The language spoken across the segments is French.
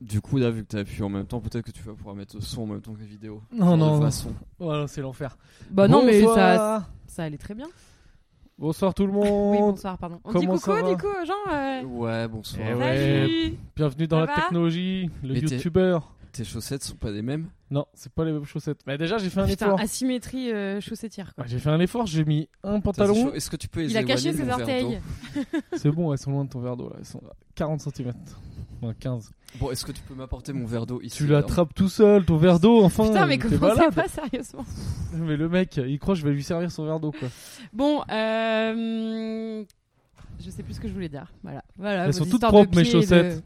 Du coup, là, vu que t'as pu en même temps, peut-être que tu vas pouvoir mettre le son en même temps que les vidéos. Non, Genre Oh non, De non. façon. Voilà, c'est l'enfer. Bah non, mais ça, Bonsoir. ça allait très bien. Bonsoir tout le Oui, monde. bonsoir, pardon. On dit Comment ça coucou, va du coup, aux gens. euh, Ouais, bonsoir. Eh ouais. Salut Bienvenue dans Ça la va technologie, le Mais t'es- youtubeur. Tes chaussettes sont pas les mêmes Non, c'est pas les mêmes chaussettes. Mais déjà, j'ai fait un Putain, effort. asymétrie euh, chaussettière, quoi. Ouais, j'ai fait un effort, j'ai mis un Putain, c'est chaud. pantalon. Est-ce que tu peux les Il a caché éloigner de ses mon verre orteils. C'est bon, elles sont loin de ton verre d'eau là. Elles sont à 40 cm. Enfin, 15. d'eau Bon, est-ce que tu peux m'apporter mon verre d'eau ici Tu alors l'attrapes tout seul, ton verre d'eau, enfin. Putain, mais t'es comment ça malade. va, sérieusement Mais le mec, il croit que je vais lui servir son verre d'eau quoi. Bon, euh... Je sais plus ce que je voulais dire. Voilà. voilà Elles vos sont toutes histoires de propres, mes pieds et de- chaussettes.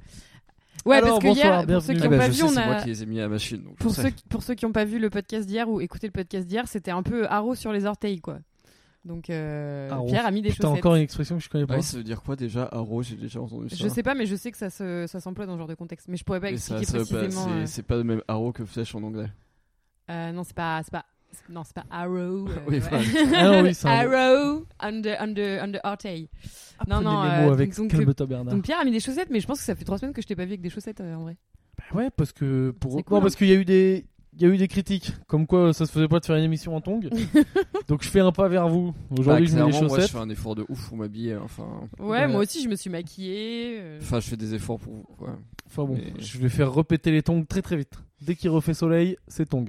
Ouais, Alors, parce que bonsoir, hier, pour ceux bienvenue. qui Ah n'ont bah, pas je Eh vu, sais, on c'est moi a... qui les ai mis à la machine. donc Pour je ceux, sais. qui- pour ceux qui n'ont pas vu le podcast d'hier ou écouté le podcast d'hier, c'était un peu haro sur les orteils, quoi. Donc, euh, Haro. Pierre a mis des Putain, chaussettes. encore une expression que je connais pas. Ouais, Ah ça veut dire quoi déjà Haro, j'ai déjà entendu ça. Je sais pas, mais je sais que ça se- ça s'emploie dans ce genre de contexte. Mais je pourrais pas Mais ça, expliquer ça veut pas- précisément. c'est- euh, c'est pas le même haro que flèche en anglais. euh, non, c'est pas, c'est pas, c'est- non, c'est pas arrow. euh, Oui, ouais. voilà. Ah non, oui, c'est un- arrow under under under orteil. non, Ah, Prenez les non. euh, mots donc- avec donc, calme-toi, Bernard. donc Pierre a mis des chaussettes, mais je pense que ça fait trois semaines que je t'ai pas vu avec des chaussettes euh, en vrai. Bah Ouais, parce que pour C'est cool, hein. non, parce qu'il y a eu des il y a eu des critiques comme quoi ça se faisait pas de faire une émission en tongs. Donc je fais un pas vers vous. Bah, Aujourd'hui, je mets clairement, les moi, je chaussettes. fais un effort de ouf pour m'habiller. hein, Enfin, Ouais, Voilà. moi aussi je me suis maquillée. euh, enfin, je fais des efforts pour vous. ouais. Enfin bon, Mais- je vais faire repéter les tongs très très vite. Dès qu'il refait soleil, c'est tongs.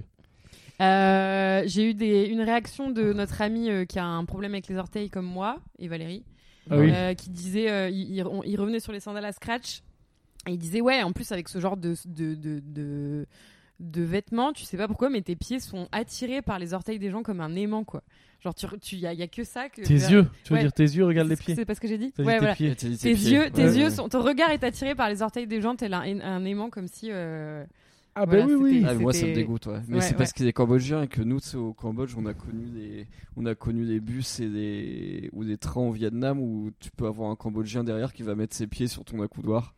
Euh, j'ai eu des, une réaction de notre ami euh, qui a un problème avec les orteils comme moi et Valérie, Ah oui. euh, qui disait, euh, il, il- on- il revenait sur les sandales à scratch et il disait ouais, en plus avec ce genre de de, de, de- de vêtements, tu sais pas pourquoi, mais tes pieds sont attirés par les orteils des gens comme un aimant quoi. Genre tu, tu y, a, y a que ça que Tes yeux, tu veux ouais. dire tes yeux, regarde les C'est- pieds. C'est pas ce que j'ai dit. T'as dit Ouais, tes voilà. pieds. Tes Tes yeux, tes Ouais, yeux ouais. sont, ton regard est attiré par les orteils des gens tel un, un aimant comme si. euh, Ah Voilà, bah oui oui. c'était- Ah, mais moi ça me C'était- dégoûte ouais. Mais Ouais, c'est ouais. parce qu'il est cambodgien et que nous tu sais, au Cambodge on a connu des on a connu des bus et des ou des trains au Vietnam où tu peux avoir un cambodgien derrière qui va mettre ses pieds sur ton accoudoir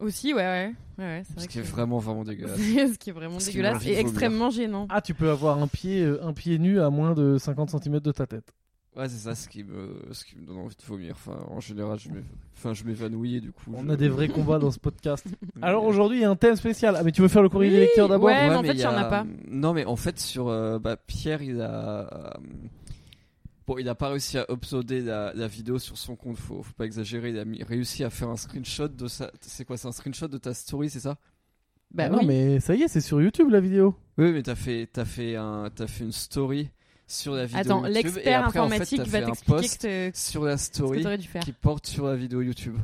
Aussi ouais ouais ouais. ouais, c'est vrai ce qui est euh, que- vraiment vraiment dégueulasse. C'est ce qui est vraiment Ce qui m'a dégueulasse envie de et vomir. extrêmement gênant. Ah, tu peux avoir un pied euh, un pied nu à moins de 50 cm de ta tête. Ouais, c'est ça ce qui me ce qui me donne envie de vomir. Enfin en général je m'év- enfin je m'évanouis et du coup On je- a des vrais combats dans ce podcast. Mais- Alors aujourd'hui, il y a un thème spécial. Ah mais tu veux faire le courrier Oui, des lecteurs d'abord ouais. mais en fait, il il y en a pas. Non, mais en fait, sur euh, bah, Pierre, il a. euh, Bon, il n'a pas réussi à uploader la, la vidéo sur son compte, faut, faut pas exagérer. Il a mis- réussi à faire un screenshot de sa. C'est quoi, c'est un screenshot de ta story, c'est ça Bah non oui. mais ça y est, c'est sur YouTube la vidéo. Oui, mais t'as fait, t'as fait, un, t'as fait une story sur la vidéo Attends, YouTube. et l'expert après, en fait, informatique t'as va fait un t'expliquer post que t'es- sur la ce que story t'aurais dû faire. qui porte sur la vidéo YouTube.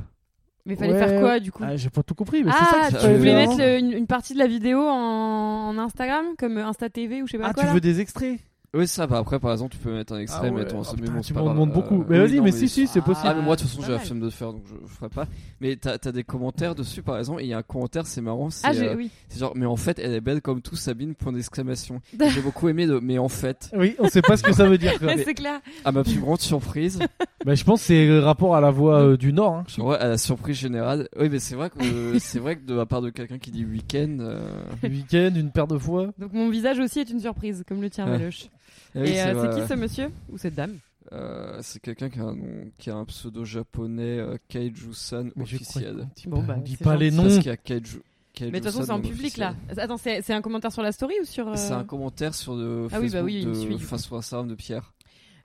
Mais fallait Ouais. faire quoi du coup Ah, j'ai pas tout compris mais c'est ça Ah, que tu tu fais, voulais hein. mettre le- une, une partie de la vidéo en, en Instagram comme Insta TV ou je sais pas Ah, quoi tu là veux des extraits Oui, ça va. Après, par exemple, tu peux mettre un extrait, Ah ouais. mais attends, Oh, ça, mais putain, bon, c'est tu pas m'en grave. demandes beaucoup. Euh, mais oui, vas-y, non, mais, si, si, c'est Ah, possible. Ah, mais moi, de toute façon, pas j'ai la mal. flemme de le faire, donc je ferai pas. Mais t'as t'as des commentaires dessus, par exemple, et il y a un commentaire, c'est marrant, c'est Ah, j'ai- euh, oui. c'est genre, mais en fait, elle est belle comme tout, Sabine, point d'exclamation. J'ai beaucoup aimé le, mais en fait, Oui, on sait pas ce que ça veut dire. quoi. C'est clair. à ma plus grande surprise, bah, je pense que c'est euh, rapport à la voix euh, du Nord. hein. genre, ouais, à la surprise générale. Oui, mais c'est vrai que, c'est vrai que de la part de quelqu'un qui dit week-end, euh, Du week-end, une paire de fois. Donc mon visage aussi est une surprise comme le Ah. tien, Ouais. Valoche. eh oui, Et euh, vrai. c'est qui ce monsieur ou cette dame Euh, c'est quelqu'un qui a un nom- qui a un pseudo japonais, euh, Kaiju-san Mais je crois officiel. qu'on dit Bon, pas- bah, on dit c'est pas gentil. les noms. Parce qu'il y a Kaiju. Mais de toute façon, c'est en public là. Attends, c'est c'est un commentaire sur la story ou sur. euh, C'est un commentaire sur le Ah oui, bah Facebook oui, il me suit, de, du coup. enfin, sur Instagram de Pierre.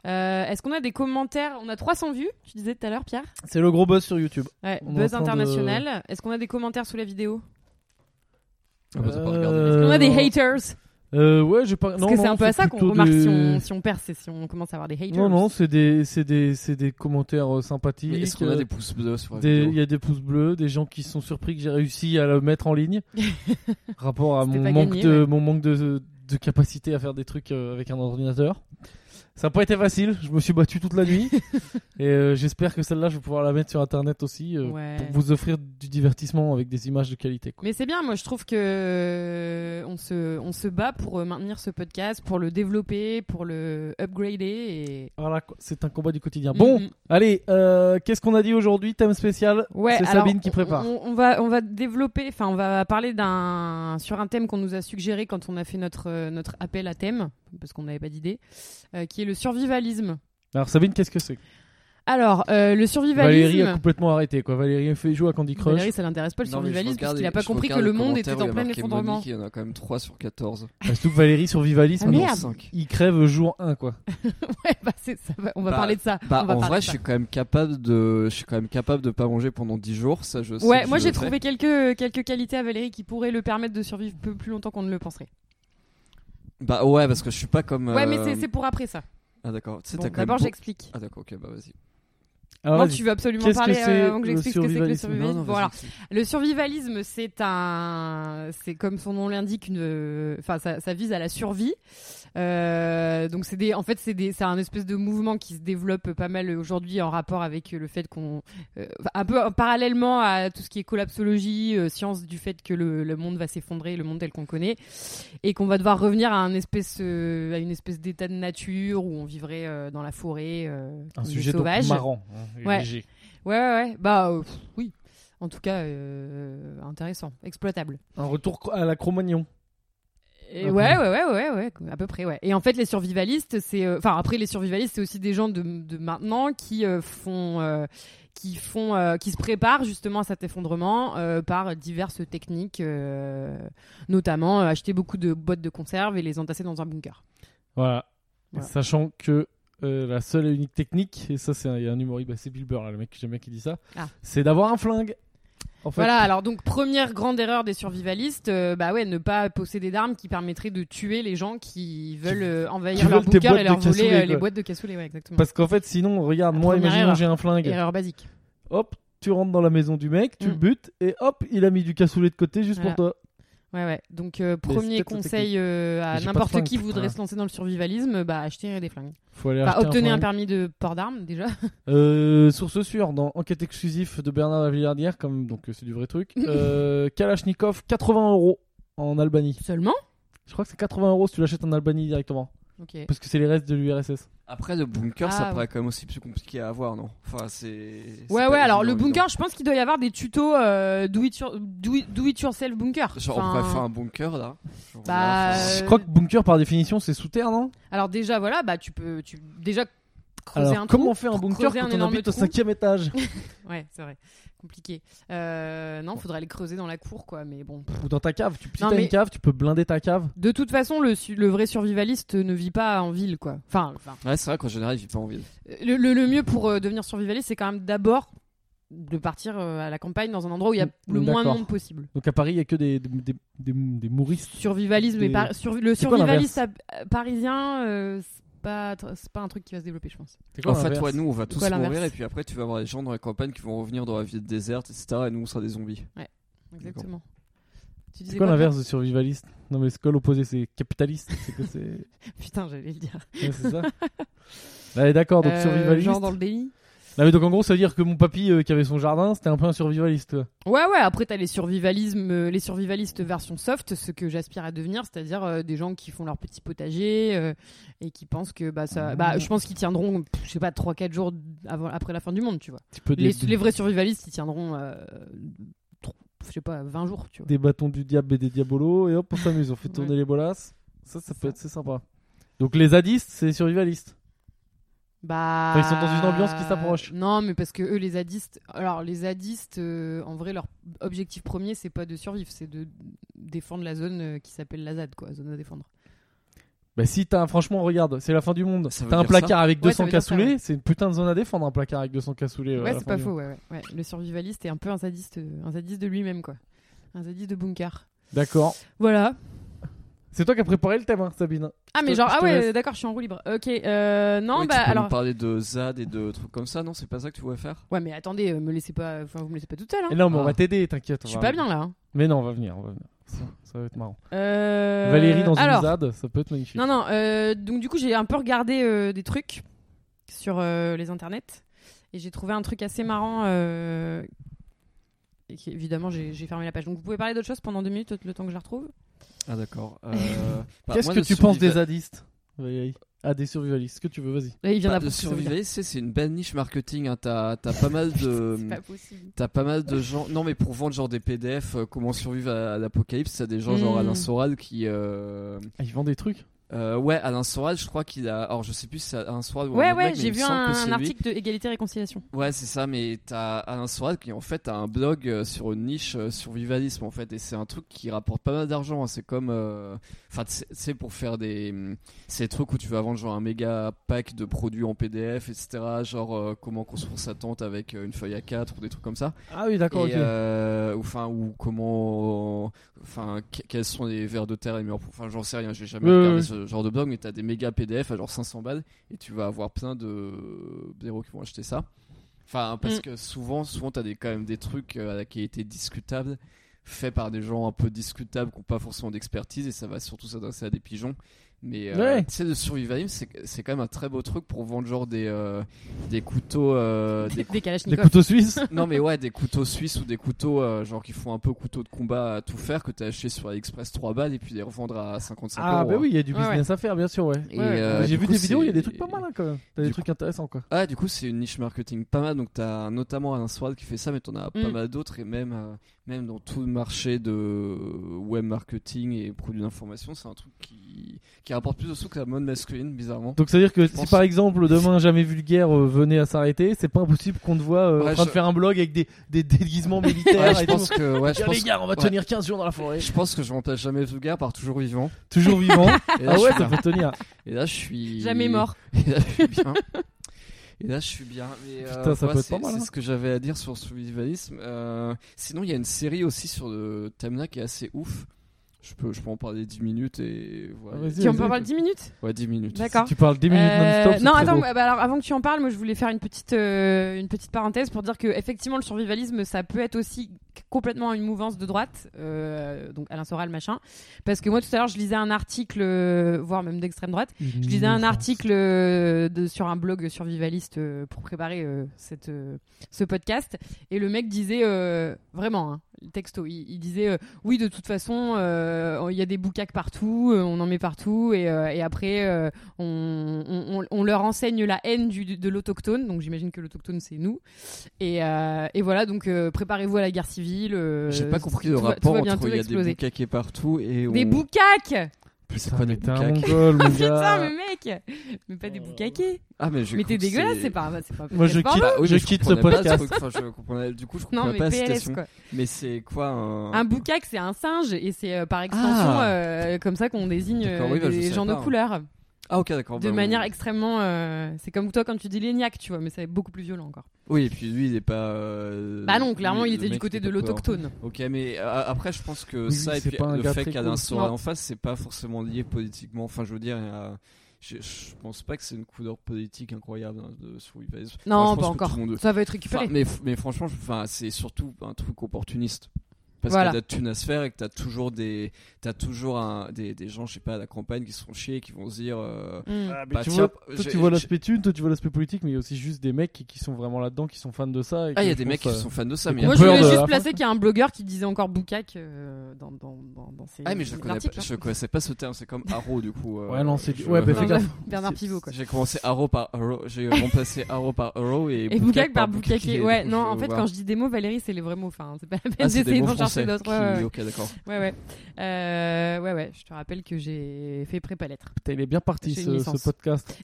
euh, Est-ce qu'on a des commentaires On a 300 vues, tu disais tout à l'heure, Pierre C'est le gros buzz sur YouTube. Ouais, On est en Buzz train de- international. Est-ce qu'on a des commentaires sous la vidéo Ah, bah, t'as pas Euh, regardé. On a des non. haters Euh, ouais, j'ai pas. Parce non, que c'est non, un peu à ça qu'on plutôt remarque des- si, on, si on perd, c'est si on commence à avoir des haters. Non, non, c'est des, c'est des, c'est des commentaires euh, sympathiques. Mais Est-ce qu'on a euh, des pouces bleus sur la des- Il vidéo y a des pouces bleus, des gens qui sont surpris que j'ai réussi à le mettre en ligne. rapport à C'était mon pas manque, gagné, de, ouais. mon manque de, de capacité à faire des trucs euh, avec un ordinateur. Ça n'a pas été facile, je me suis battu toute la nuit. et euh, j'espère que celle-là, je vais pouvoir la mettre sur internet aussi euh, Ouais. pour vous offrir du divertissement avec des images de qualité. quoi. Mais c'est bien, moi je trouve que euh, on se, on se bat pour euh, maintenir ce podcast, pour le développer, pour le upgrader. Et... Voilà, quoi, c'est un combat du quotidien. Ah Bon, Mm, mm. allez, euh, qu'est-ce qu'on a dit aujourd'hui Thème spécial Ouais, C'est alors, Sabine qui on- prépare. On, on va, on va développer, enfin on va parler d'un sur un thème qu'on nous a suggéré quand on a fait notre, euh, notre appel à thème, parce qu'on n'avait pas d'idée, euh, qui est le survivalisme. Alors Sabine, qu'est-ce que c'est Alors, euh, le Valérie a survivalisme. complètement arrêté quoi. Valérie fait jouer à Candy Crush. Valérie, ça l'intéresse pas le Non, mais je survivalisme regarde puisqu'il a les- pas je compris que regarde le les monde était en commentaires, plein il y a marqué effondrement. Monique, Il y en a quand même 3 sur 14. Bah, surtout que Valérie survivalisme, Ah, Ah non, merde. cinq. il crève jour 1 quoi. Ouais, bah, c'est ça, va- on va Bah, parler de ça. Bah, on va en parler vrai, de je ça. suis quand même capable de, je suis quand même capable de pas manger pendant 10 jours, ça je sais. Ouais, que moi je j'ai le fais. trouvé quelques, quelques qualités à Valérie qui pourraient le permettre de survivre peu plus longtemps qu'on ne le penserait. Bah ouais, parce que je suis pas comme. Ouais, euh, mais c'est- c'est pour après ça. Ah d'accord. Tu sais, Bon, t'as quand même D'abord, beau- j'explique. Ah d'accord, ok, bah vas-y. Alors, non, Ah, vas-y. tu veux absolument Qu'est-ce que parler euh, c'est avant que le j'explique ce que c'est que le survivalisme Non, survivalisme. non, Bon, vas-y. alors, Le survivalisme, c'est un, c'est comme son nom l'indique, une, enfin, ça, ça vise à la survie. Euh, donc c'est des, en fait, c'est des, c'est un espèce de mouvement qui se développe pas mal aujourd'hui en rapport avec le fait qu'on, euh, un peu parallèlement à tout ce qui est collapsologie, euh, science du fait que le, le monde va s'effondrer, le monde tel qu'on le connaît, et qu'on va devoir revenir à un espèce, euh, à une espèce d'état de nature où on vivrait euh, dans la forêt, euh, un comme des sujet donc sauvages. marrant, hein, et Ouais. léger. Ouais, ouais, ouais. Bah, euh, pff, oui. En tout cas, euh, intéressant, exploitable. Un retour cro- à la Cro-Magnon. Et Ah ouais, ouais, ouais, ouais, ouais, à peu près, ouais. Et en fait, les survivalistes, c'est, euh, enfin, après les survivalistes, c'est aussi des gens de, de maintenant qui euh, font, euh, qui font, euh, qui se préparent justement à cet effondrement euh, par diverses techniques, euh, notamment euh, acheter beaucoup de boîtes de conserve et les entasser dans un bunker. Voilà. Voilà. Sachant que euh, la seule et unique technique, et ça c'est un, il y a un humoriste, bah, c'est Bill Burr, là, le mec que j'aime bien qui dit ça, Ah. c'est d'avoir un flingue. En fait, Voilà, alors donc première grande erreur des survivalistes, euh, bah ouais, ne pas posséder d'armes qui permettraient de tuer les gens qui veulent euh, envahir qui leur veulent tes bunker et boîtes leur de voler cassoulet, euh, les quoi. boîtes de cassoulet, ouais, exactement. Parce qu'en fait, sinon, regarde, La moi, première imaginons erreur. j'ai un flingue. Erreur basique. Hop, tu rentres dans la maison du mec, tu Mm. le butes, et hop, il a mis du cassoulet de côté juste Voilà. pour toi. Ouais, ouais. Donc euh, c'est premier peut-être la conseil euh, Mais j'ai à pas de n'importe flingue. qui voudrait Voilà. se lancer dans le survivalisme, bah acheter des flingues. Faut aller Bah, acheter obtenez un, flingue. permis de port d'armes déjà. Euh, source sûre, dans Enquête exclusive de Bernard Lavillardière, comme donc euh, c'est du vrai truc. euh, Kalachnikov, 80 euros en Albanie. Seulement Je crois que c'est 80 euros si tu l'achètes en Albanie directement, Ok. parce que c'est les restes de l'URSS. Après, le bunker, Ah, ça ouais. paraît quand même aussi plus compliqué à avoir, non Enfin, c'est. c'est Ouais, pas ouais, alors le évident, bunker, je pense qu'il doit y avoir des tutos euh, do, it your- do it- do it yourself bunker. évident. Genre, on Enfin, pourrait faire un bunker là. Genre, Bah, on va faire- Je crois que bunker par définition c'est sous terre, non Alors déjà, voilà, bah tu peux tu, déjà creuser Alors un trou. comment on fait un bunker creuser un quand on énorme habite au trou. cinquième étage Ouais, c'est vrai. Compliqué. Euh, non, faudrait les creuser dans la cour, quoi. Mais bon. Ou dans ta cave, tu, si Non, t'as mais- une cave, tu peux blinder ta cave. De toute façon, le, su- le vrai survivaliste ne vit pas en ville, quoi. Enfin, enfin, Ouais, c'est vrai qu'en général, il vit pas en ville. le, le- le mieux pour euh, devenir survivaliste, c'est quand même d'abord de partir euh, à la campagne dans un endroit où il y a Mm, le moins de d'accord. monde possible. Donc à Paris, il y a que des, des, des, des- des mouristes. Survivalisme, et Et- par- sur- le C'est quoi survivaliste à- parisien, euh, c'est pas, tr- c'est pas un truc qui va se développer, je pense. en fait, ouais, nous, on va C'est tous quoi l'inverse mourir et puis après, tu vas avoir les gens dans la campagne qui vont revenir dans la ville déserte, etc. Et nous, on sera des zombies. Exactement. Tu disais C'est quoi quoi, toi l'inverse de survivaliste Non, mais c'est quoi l'opposé C'est capitaliste C'est quoi, c'est- Putain, j'allais le dire. Ouais, c'est ça Allez, d'accord, donc Euh, survivaliste. Genre dans le déni. Non, mais donc en gros, ça veut dire que mon papy euh, qui avait son jardin, c'était un peu un survivaliste. quoi. Ouais, ouais, après, t'as les survivalismes, euh, les survivalistes version soft, ce que j'aspire à devenir, c'est-à-dire euh, des gens qui font leur petit potager euh, et qui pensent que, bah, Ah. ça. Bah, je pense qu'ils tiendront, pff, je sais pas, 3-4 jours avant, après la fin du monde, tu vois. Petit peu des, Les, les vrais survivalistes, ils tiendront, euh, tro- je sais pas, 20 jours, tu vois. des bâtons du diable et des diabolos, et hop, on s'amuse, on fait tourner Ouais. les bolas. Ça, ça peut Ça. être c'est sympa. Donc les zadistes, c'est les survivalistes. Bah. Enfin, ils sont dans une ambiance qui s'approche. Non, mais parce que eux, les zadistes. Alors, les zadistes, euh, en vrai, leur objectif premier, c'est pas de survivre, c'est de défendre la zone euh, qui s'appelle la ZAD, quoi, zone à défendre. Bah si t'as un- franchement regarde c'est la fin du monde Ça veut t'as un dire ça placard avec Ouais, 200 ça veut dire ça, cassoulets c'est une putain de zone à défendre un placard avec 200 cassoulets euh, à Ouais, la c'est fin pas du monde. faux. Ouais, ouais, ouais. Le survivaliste est un peu un sadiste, euh, un sadiste de lui-même, quoi. Un sadiste de bunker. d'accord Voilà. c'est toi qui as préparé le thème hein, Sabine Ah, mais te- genre, je ah te ouais, laisse. d'accord, je suis en roue libre. Ok, euh, non, Oui, bah tu peux alors. nous parler de ZAD et de trucs comme ça, non C'est pas ça que tu voulais faire Ouais, mais attendez, euh, me laissez pas. Enfin, vous me laissez pas toute seule, hein. et non mais on Ah. va t'aider t'inquiète on Je suis va- pas bien là. hein. mais non on va venir on va venir ça, ça va être marrant Euh, Valérie dans alors, une ZAD ça peut être magnifique Non, non, euh, donc du coup, j'ai un peu regardé euh, des trucs sur euh, les internets et j'ai trouvé un truc assez marrant. euh, et qui- évidemment, j'ai j'ai fermé la page. Donc vous pouvez parler d'autre chose pendant deux minutes, le temps que je la retrouve. Ah, d'accord. Euh, bah, qu'est-ce moi, que le tu penses des survival- zadistes Valérie ah des survivalistes ce que tu veux vas-y Là, il vient bah, de d'apprendre ce que ça veut dire. survivaliste, c'est- c'est une belle niche marketing. hein. T'as t'as pas mal de. C'est pas possible. T'as pas mal de gens. Non, mais pour vendre genre des PDF, euh, comment survivre à, à l'apocalypse, t'as des gens Mm. genre Alain Soral qui. euh, ah, ils vendent des trucs Euh, ouais, Alain Soral, je crois qu'il a. Alors, je sais plus si c'est Alain Soral ou un Ouais, autre ouais, mec, mais j'ai il me vu semble que un, c'est lui. article de Égalité Réconciliation. Ouais, c'est ça, mais t'as Alain Soral qui en fait a un blog euh, sur une niche euh, survivalisme en fait, et c'est un truc qui rapporte pas mal d'argent. hein. C'est comme, euh, enfin, tu sais- tu sais, pour faire des hum, ces trucs où tu vas vendre genre un méga pack de produits en PDF, etc. Genre euh, comment construire sa tente avec euh, une feuille à 4 ou des trucs comme ça. Ah oui, d'accord, Et, ok. euh, ou enfin ou comment, enfin que- quels sont les vers de terre les meilleurs. pour- Enfin, j'en sais rien, j'ai jamais Ouais, regardé ouais. ce genre de blog, mais t'as des méga PDF à genre 500 balles et tu vas avoir plein de blaireaux qui vont acheter ça. Enfin, parce Mm. que souvent, souvent t'as des quand même des trucs euh, à la qualité discutable faits par des gens un peu discutables qui n'ont pas forcément d'expertise et ça va surtout s'adresser à des pigeons. Mais euh, Ouais. tu sais, le survivalisme, c'est c'est quand même un très beau truc pour vendre genre des, euh, des couteaux, euh, des Des, Des Kalachnikovs. couteaux suisses non mais ouais, des couteaux suisses ou des couteaux euh, genre qui font un peu couteau de combat à tout faire que t'as acheté sur AliExpress 3 balles et puis les revendre à 55 euros. Ah, bah hein. oui, il y a du Ouais, business à faire, bien sûr, ouais. Et, Ouais, ouais. euh, J'ai du vu coup, des vidéos, il y a c'est- des trucs pas mal hein, quand même. T'as des Du trucs intéressants quoi. Ah du coup c'est une niche marketing pas mal donc t'as notamment Alain Soral qui fait ça mais t'en as pas Mm. mal d'autres et même euh, même dans tout le marché de web marketing et produits d'information c'est un truc qui qui rapporte plus de sous que la mode masculine bizarrement. Donc ça veut dire que Je si pense- par exemple demain jamais vulgaire euh, venait à s'arrêter, c'est pas impossible qu'on te voit euh, en Ouais, train de je- faire un blog avec des, des déguisements militaires Ouais, je et pense tout. que ouais je Tiens, pense les gars, on va ouais. tenir 15 jours dans la forêt. je pense que je remplace jamais Vulgar par toujours vivant. Toujours vivant. Et là, ah je ouais, suis ça peut tenir. Et là, je suis. Jamais mort. Et là, je suis bien. Et là, je suis bien. Mais, euh, Putain, ça voilà, peut être c'est- pas mal, C'est hein. ce que j'avais à dire sur le survivalisme. Euh, sinon, il y a une série aussi sur le thème-là qui est assez ouf. Je peux, je peux en parler 10 minutes et. voilà. Ah, Vas-y, Qui en vas-y. parle 10 minutes Ouais, 10 minutes. D'accord. Tu parles 10 minutes Euh, non-stop. c'est non, très attends, beau. bah alors avant que tu en parles, moi je voulais faire une petite, euh, une petite parenthèse pour dire que effectivement le survivalisme ça peut être aussi complètement une mouvance de droite, euh, donc Alain Soral machin. Parce que moi tout à l'heure je lisais un article, euh, voire même d'extrême droite. Je lisais un article euh, de, sur un blog survivaliste euh, pour préparer euh, cette, euh, ce podcast. Et le mec disait, euh, vraiment, hein, le texto, il, il disait euh, Oui, de toute façon, euh, il y a des boucaques partout, euh, on en met partout. Et, euh, et après, euh, on, on- on- on leur enseigne la haine du- de l'autochtone. Donc j'imagine que l'autochtone, c'est nous. Et, euh, et voilà, donc euh, préparez-vous à la guerre civile. euh, J'ai pas compris le tout va- tout rapport va entre bientôt il y a des exploser. boucaques partout et. Des on- Euh. boucaques C'est Putain, quoi Ah, mais des t'es un boucaques mongol, mon Putain, gars. mais mec Mais pas des Oh. boucaquets Ah, mais je. mais t'es dégueulasse, c'est pas, c'est pas. Moi, c'est je pas quitte. vrai. Bah, oui, Je mais quitte ce comprenais pas podcast. truc. Enfin, je comprenais- Du coup, je Non, comprenais mais pas la PLS citation. quoi. Mais c'est quoi un. Un boucaque, c'est un singe et c'est euh, par extension Ah. euh, comme ça qu'on désigne D'accord, euh, oui, bah, je les savais gens pas, de hein. couleur Ah, ok, d'accord. de bah, on- manière extrêmement. euh, c'est comme toi quand tu dis l'ignac, tu vois, mais c'est beaucoup plus violent encore. Oui, et puis lui, il est pas. euh, Bah non, clairement, lui, il le était du mec, il côté est de pas peur. l'autochtone. Ok, mais euh, après, je pense que Oui, ça et c'est puis pas un le gars fait très qu'Alain cool. Soral Non. en face, c'est pas forcément lié politiquement. Enfin, je veux dire, il y a- je, je pense pas que c'est une couleur politique incroyable hein, de survivalisme. Enfin, Non, je pense pas que tout encore. le monde- Ça va être Enfin, récupéré. mais, f- mais franchement, je- enfin, c'est surtout un truc opportuniste. Parce Voilà. que t'as de thunes à se faire et que t'as toujours des, t'as toujours un- des, des gens, je sais pas, à la campagne qui se font chier, et qui vont se dire, euh, Mm. Ah, mais Bah, tu tiens, vois, toi j'ai- tu vois j'ai- l'aspect thune, toi tu vois l'aspect politique, mais il y a aussi juste des mecs qui, qui sont vraiment là-dedans, qui sont fans de ça. et ah, il y a que des je mecs pense, qui euh, sont fans de ça, les mais euh, Moi, on je peut voulais leur- juste la placer qu'il y a un blogueur qui disait encore boucaque euh, dans, dans, dans, dans ses Ah mais je ses connais, pas, articles, hein. je connaissais pas ce terme, c'est comme haro du coup. euh, Ouais, non, c'est du- je- ouais, bah, fais Non, gaffe. Bernard C'est- Pivot quoi. J'ai commencé haro par haro, j'ai remplacé haro par haro et, Et boucaque par boucaquet. Ouais, non, en fait, quand quand je dis des mots, Valérie, c'est les vrais mots. Enfin, c'est pas la peine ah, c'est des d'essayer mots d'en français chercher d'autres. qui- Ouais, ouais, ouais. Ok, d'accord. Ouais, ouais. Euh, ouais, ouais, je te rappelle que j'ai fait prépa-lettres. Putain, il est bien parti J'ai une ce, ce licence. podcast.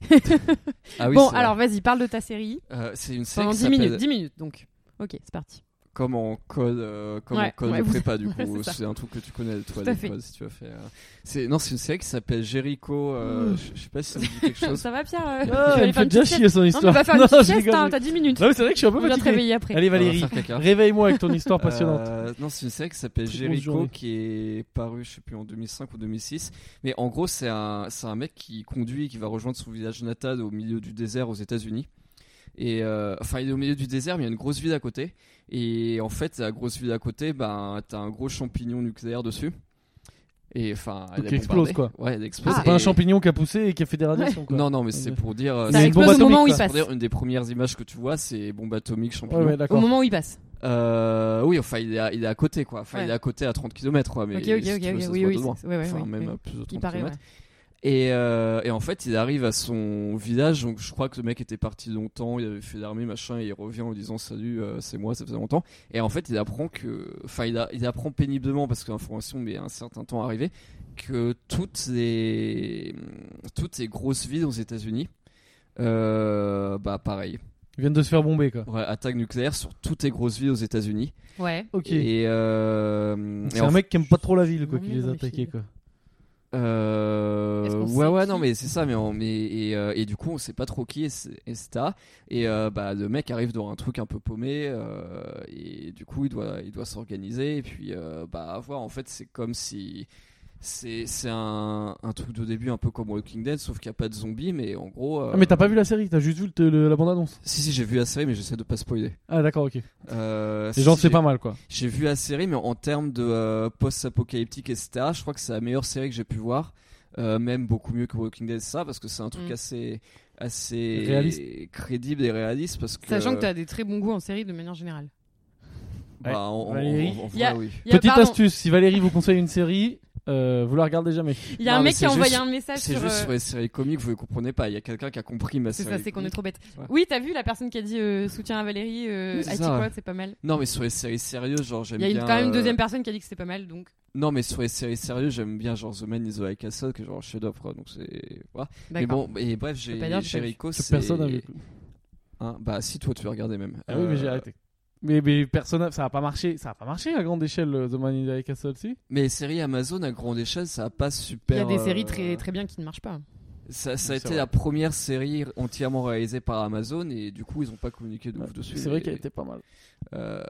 Ah oui, bon, c'est vrai. alors vas-y, parle de ta série Euh, c'est une série pendant qui 10 minutes, s'appelle 10 minutes donc. Ok, c'est parti. Comment on code, euh, comment Ouais, on code ouais, le vous- prépa du ouais, coup. c'est ça. c'est un truc que tu connais toi Tout à à fait. l'école si tu as fait. euh, C'est non, c'est une série qui s'appelle Jericho. euh, je je sais pas si ça vous dit quelque chose. Ça va, Pierre euh, Ouais, tu vas Ah, aller il me faire fait une déjà petite chier son sieste Non, mais histoire. va faire une petite je sieste, rigole, hein, je- t'as 10 minutes. Non, mais c'est vrai que je suis un peu On va te fatigué. réveiller après. Allez On va Valérie, faire caca. réveille-moi avec ton histoire passionnante. Euh, non, c'est une série qui s'appelle Très grosse Jericho, journée. qui est parue, je sais plus, en 2005 ou 2006. Mais en gros, c'est un, c'est un mec qui conduit, qui va rejoindre son village natal au milieu du désert aux États-Unis. Et euh, enfin, il est au milieu du désert, mais il y a une grosse ville à côté. Et en fait, la grosse ville à côté, ben, t'as un gros champignon nucléaire dessus. Et enfin, elle Donc, est il explose, bombardée. quoi. Ouais, elle explose. C'est pas un ah, Et- champignon qui a poussé et qui a fait des radiations quoi. Non, non, mais c'est pour dire. euh, Il y a Ça c'est une bombe explose au moment où atomique, il quoi. pour passe. dire une des premières images que tu vois, c'est bombe atomique champignon. Ouais, ouais, Au d'accord. moment où il passe. Euh, oui, enfin, il est, à, il est à côté, quoi. Enfin, Ouais. il est à côté à 30 km, quoi. Mais Ok, ok, si ok, tu veux, ok, ça se oui, voit oui, de loin. c'est- ouais, ouais, Enfin, ouais, même ouais. à plus de 30 Il paraît, ouais. km. Et, euh, et en fait, il arrive à son village, donc je crois que le mec était parti longtemps, il avait fait l'armée, machin, et il revient en disant salut, euh, c'est moi, ça faisait longtemps. Et en fait, il apprend que, enfin, il, a- il apprend péniblement parce que l'information met un certain temps à arriver, que toutes les toutes les grosses villes aux États-Unis, euh, bah pareil, Ils viennent de se faire bomber, quoi. Ouais, attaque nucléaire sur toutes les grosses villes aux États-Unis. Ouais. Ok. Et, euh, Donc, et C'est en un mec qui aime pas trop la ville, quoi, Non, qui mais les dans a les attaqués, films. quoi. Euh, Est-ce qu'on ouais, sait ouais, qui non, mais c'est ça, mais, on, mais et, euh, et du coup, on sait pas trop qui est, ce- est ce tas. Et euh, bah, le mec arrive dans un truc un peu paumé, euh, et du coup, il doit, il doit s'organiser. Et puis, euh, bah, voir, en fait, c'est comme si. C'est c'est un, un truc de début un peu comme Walking Dead, sauf qu'il n'y a pas de zombies, mais en gros. euh, Ah, mais t'as pas vu la série, t'as juste vu le- le- la bande-annonce. Si, si, j'ai vu la série, mais j'essaie de pas spoiler. Ah, d'accord, ok. Euh, Les gens, si, c'est j'ai- pas mal, quoi. j'ai vu la série, mais en termes de euh, post-apocalyptique, etc., je crois que c'est la meilleure série que j'ai pu voir. Euh, même beaucoup mieux que Walking Dead, ça, parce que c'est un truc Mm. assez, assez Réaliste. crédible et réaliste. Parce que, Sachant que t'as des très bons goûts en série de manière générale. bah, Ouais. en- en- Valérie. en- en vrai, Y a- oui. Il y a- Petite pardon, astuce, si Valérie vous conseille une série, euh, vous la regardez jamais. Il y a un Non, mais mec qui c'est a envoyé juste- un message C'est sur. juste euh, sur les séries comiques, vous ne comprenez pas. Il y a quelqu'un qui a compris ma C'est série. ça, c'est qu'on est comique. trop bête. Ouais. Oui, t'as vu la personne qui a dit euh, soutien à Valérie, euh, Oui, c'est IT ça. quoi, c'est pas mal. Non, mais sur les séries sérieuses, genre j'aime Il y a bien. une, quand même une euh, deuxième personne qui a dit que c'était pas mal, donc. Non, mais sur les séries sérieuses, j'aime bien genre The Man is the High Castle, que genre chef d'œuvre. Donc c'est. voilà. Mais D'accord. bon, et bref, peux j'ai pas dire que j'ai pas vu. Jericho, Que c'est. personne n'a vu. Hein, bah si, toi tu as regardé même. Ah oui, mais j'ai Euh, arrêté. Mais, mais personne, ça a pas marché, ça a pas marché à grande échelle, euh, The Man in the High Castle, si Mais les séries Amazon à grande échelle, ça a pas Il super. y a des euh, séries très, très bien qui ne marchent pas. Ça, ça a Oui, été c'est la vrai. première série entièrement réalisée par Amazon et du coup ils ont pas communiqué Bah, de ouf dessus. C'est vrai Et, qu'elle était pas mal. euh,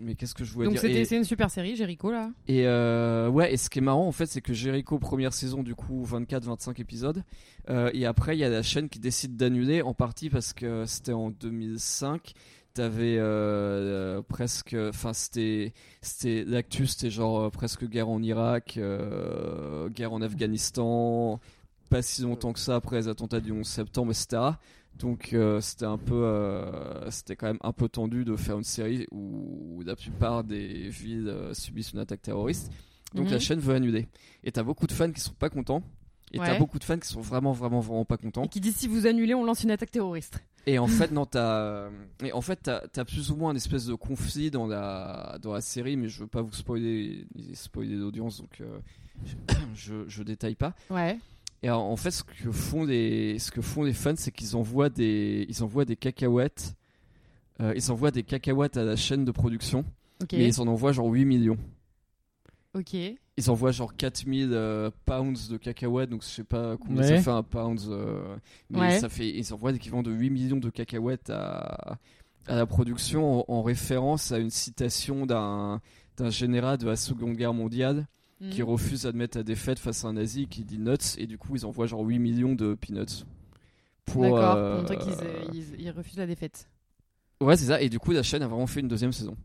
mais qu'est-ce que je voulais Donc dire c'était- Et, c'est une super série, Jericho là. et, euh, ouais, et ce qui est marrant en fait, c'est que Jericho première saison du coup 24-25 épisodes euh, et après il y a la chaîne qui décide d'annuler en partie parce que c'était en 2005. T'avais euh, euh, presque, enfin c'était, c'était l'actu, c'était genre euh, presque guerre en Irak, euh, guerre en Afghanistan, pas si longtemps que ça après les attentats du 11 septembre, etc. Donc euh, c'était un peu, euh, c'était quand même un peu tendu de faire une série où la plupart des villes euh, subissent une attaque terroriste. Donc Mhm. la chaîne veut annuler. Et t'as beaucoup de fans qui sont pas contents. Et t'as Ouais. beaucoup de fans qui sont vraiment, vraiment, vraiment pas contents. Et qui dit si vous annulez, on lance une attaque terroriste. Et en fait, non, t'as, euh, et en fait, t'as, t'as plus ou moins une espèce de conflit dans la, dans la série, mais je veux pas vous spoiler, ni spoiler l'audience, donc euh, je, je détaille pas. Ouais. Et en- en fait, ce que font les, ce que font les fans, c'est qu'ils envoient des, ils envoient des cacahuètes, euh, ils envoient des cacahuètes à la chaîne de production, Ok. mais ils en envoient genre 8 millions. Ok. Ils envoient genre 4000 euh, pounds de cacahuètes, donc je sais pas combien Ouais. ça fait un pound, euh, mais Ouais. ça fait, ils envoient l'équivalent de 8 millions de cacahuètes à, à la production en, en référence à une citation d'un d'un général de la Seconde Guerre mondiale qui Mhm. refuse d'admettre la défaite face à un nazi qui dit nuts, et du coup ils envoient genre 8 millions de peanuts. Pour, D'accord, euh, pour montrer qu'ils euh, ils- ils refusent la défaite. Ouais, c'est ça, et du coup la chaîne a vraiment fait une deuxième saison.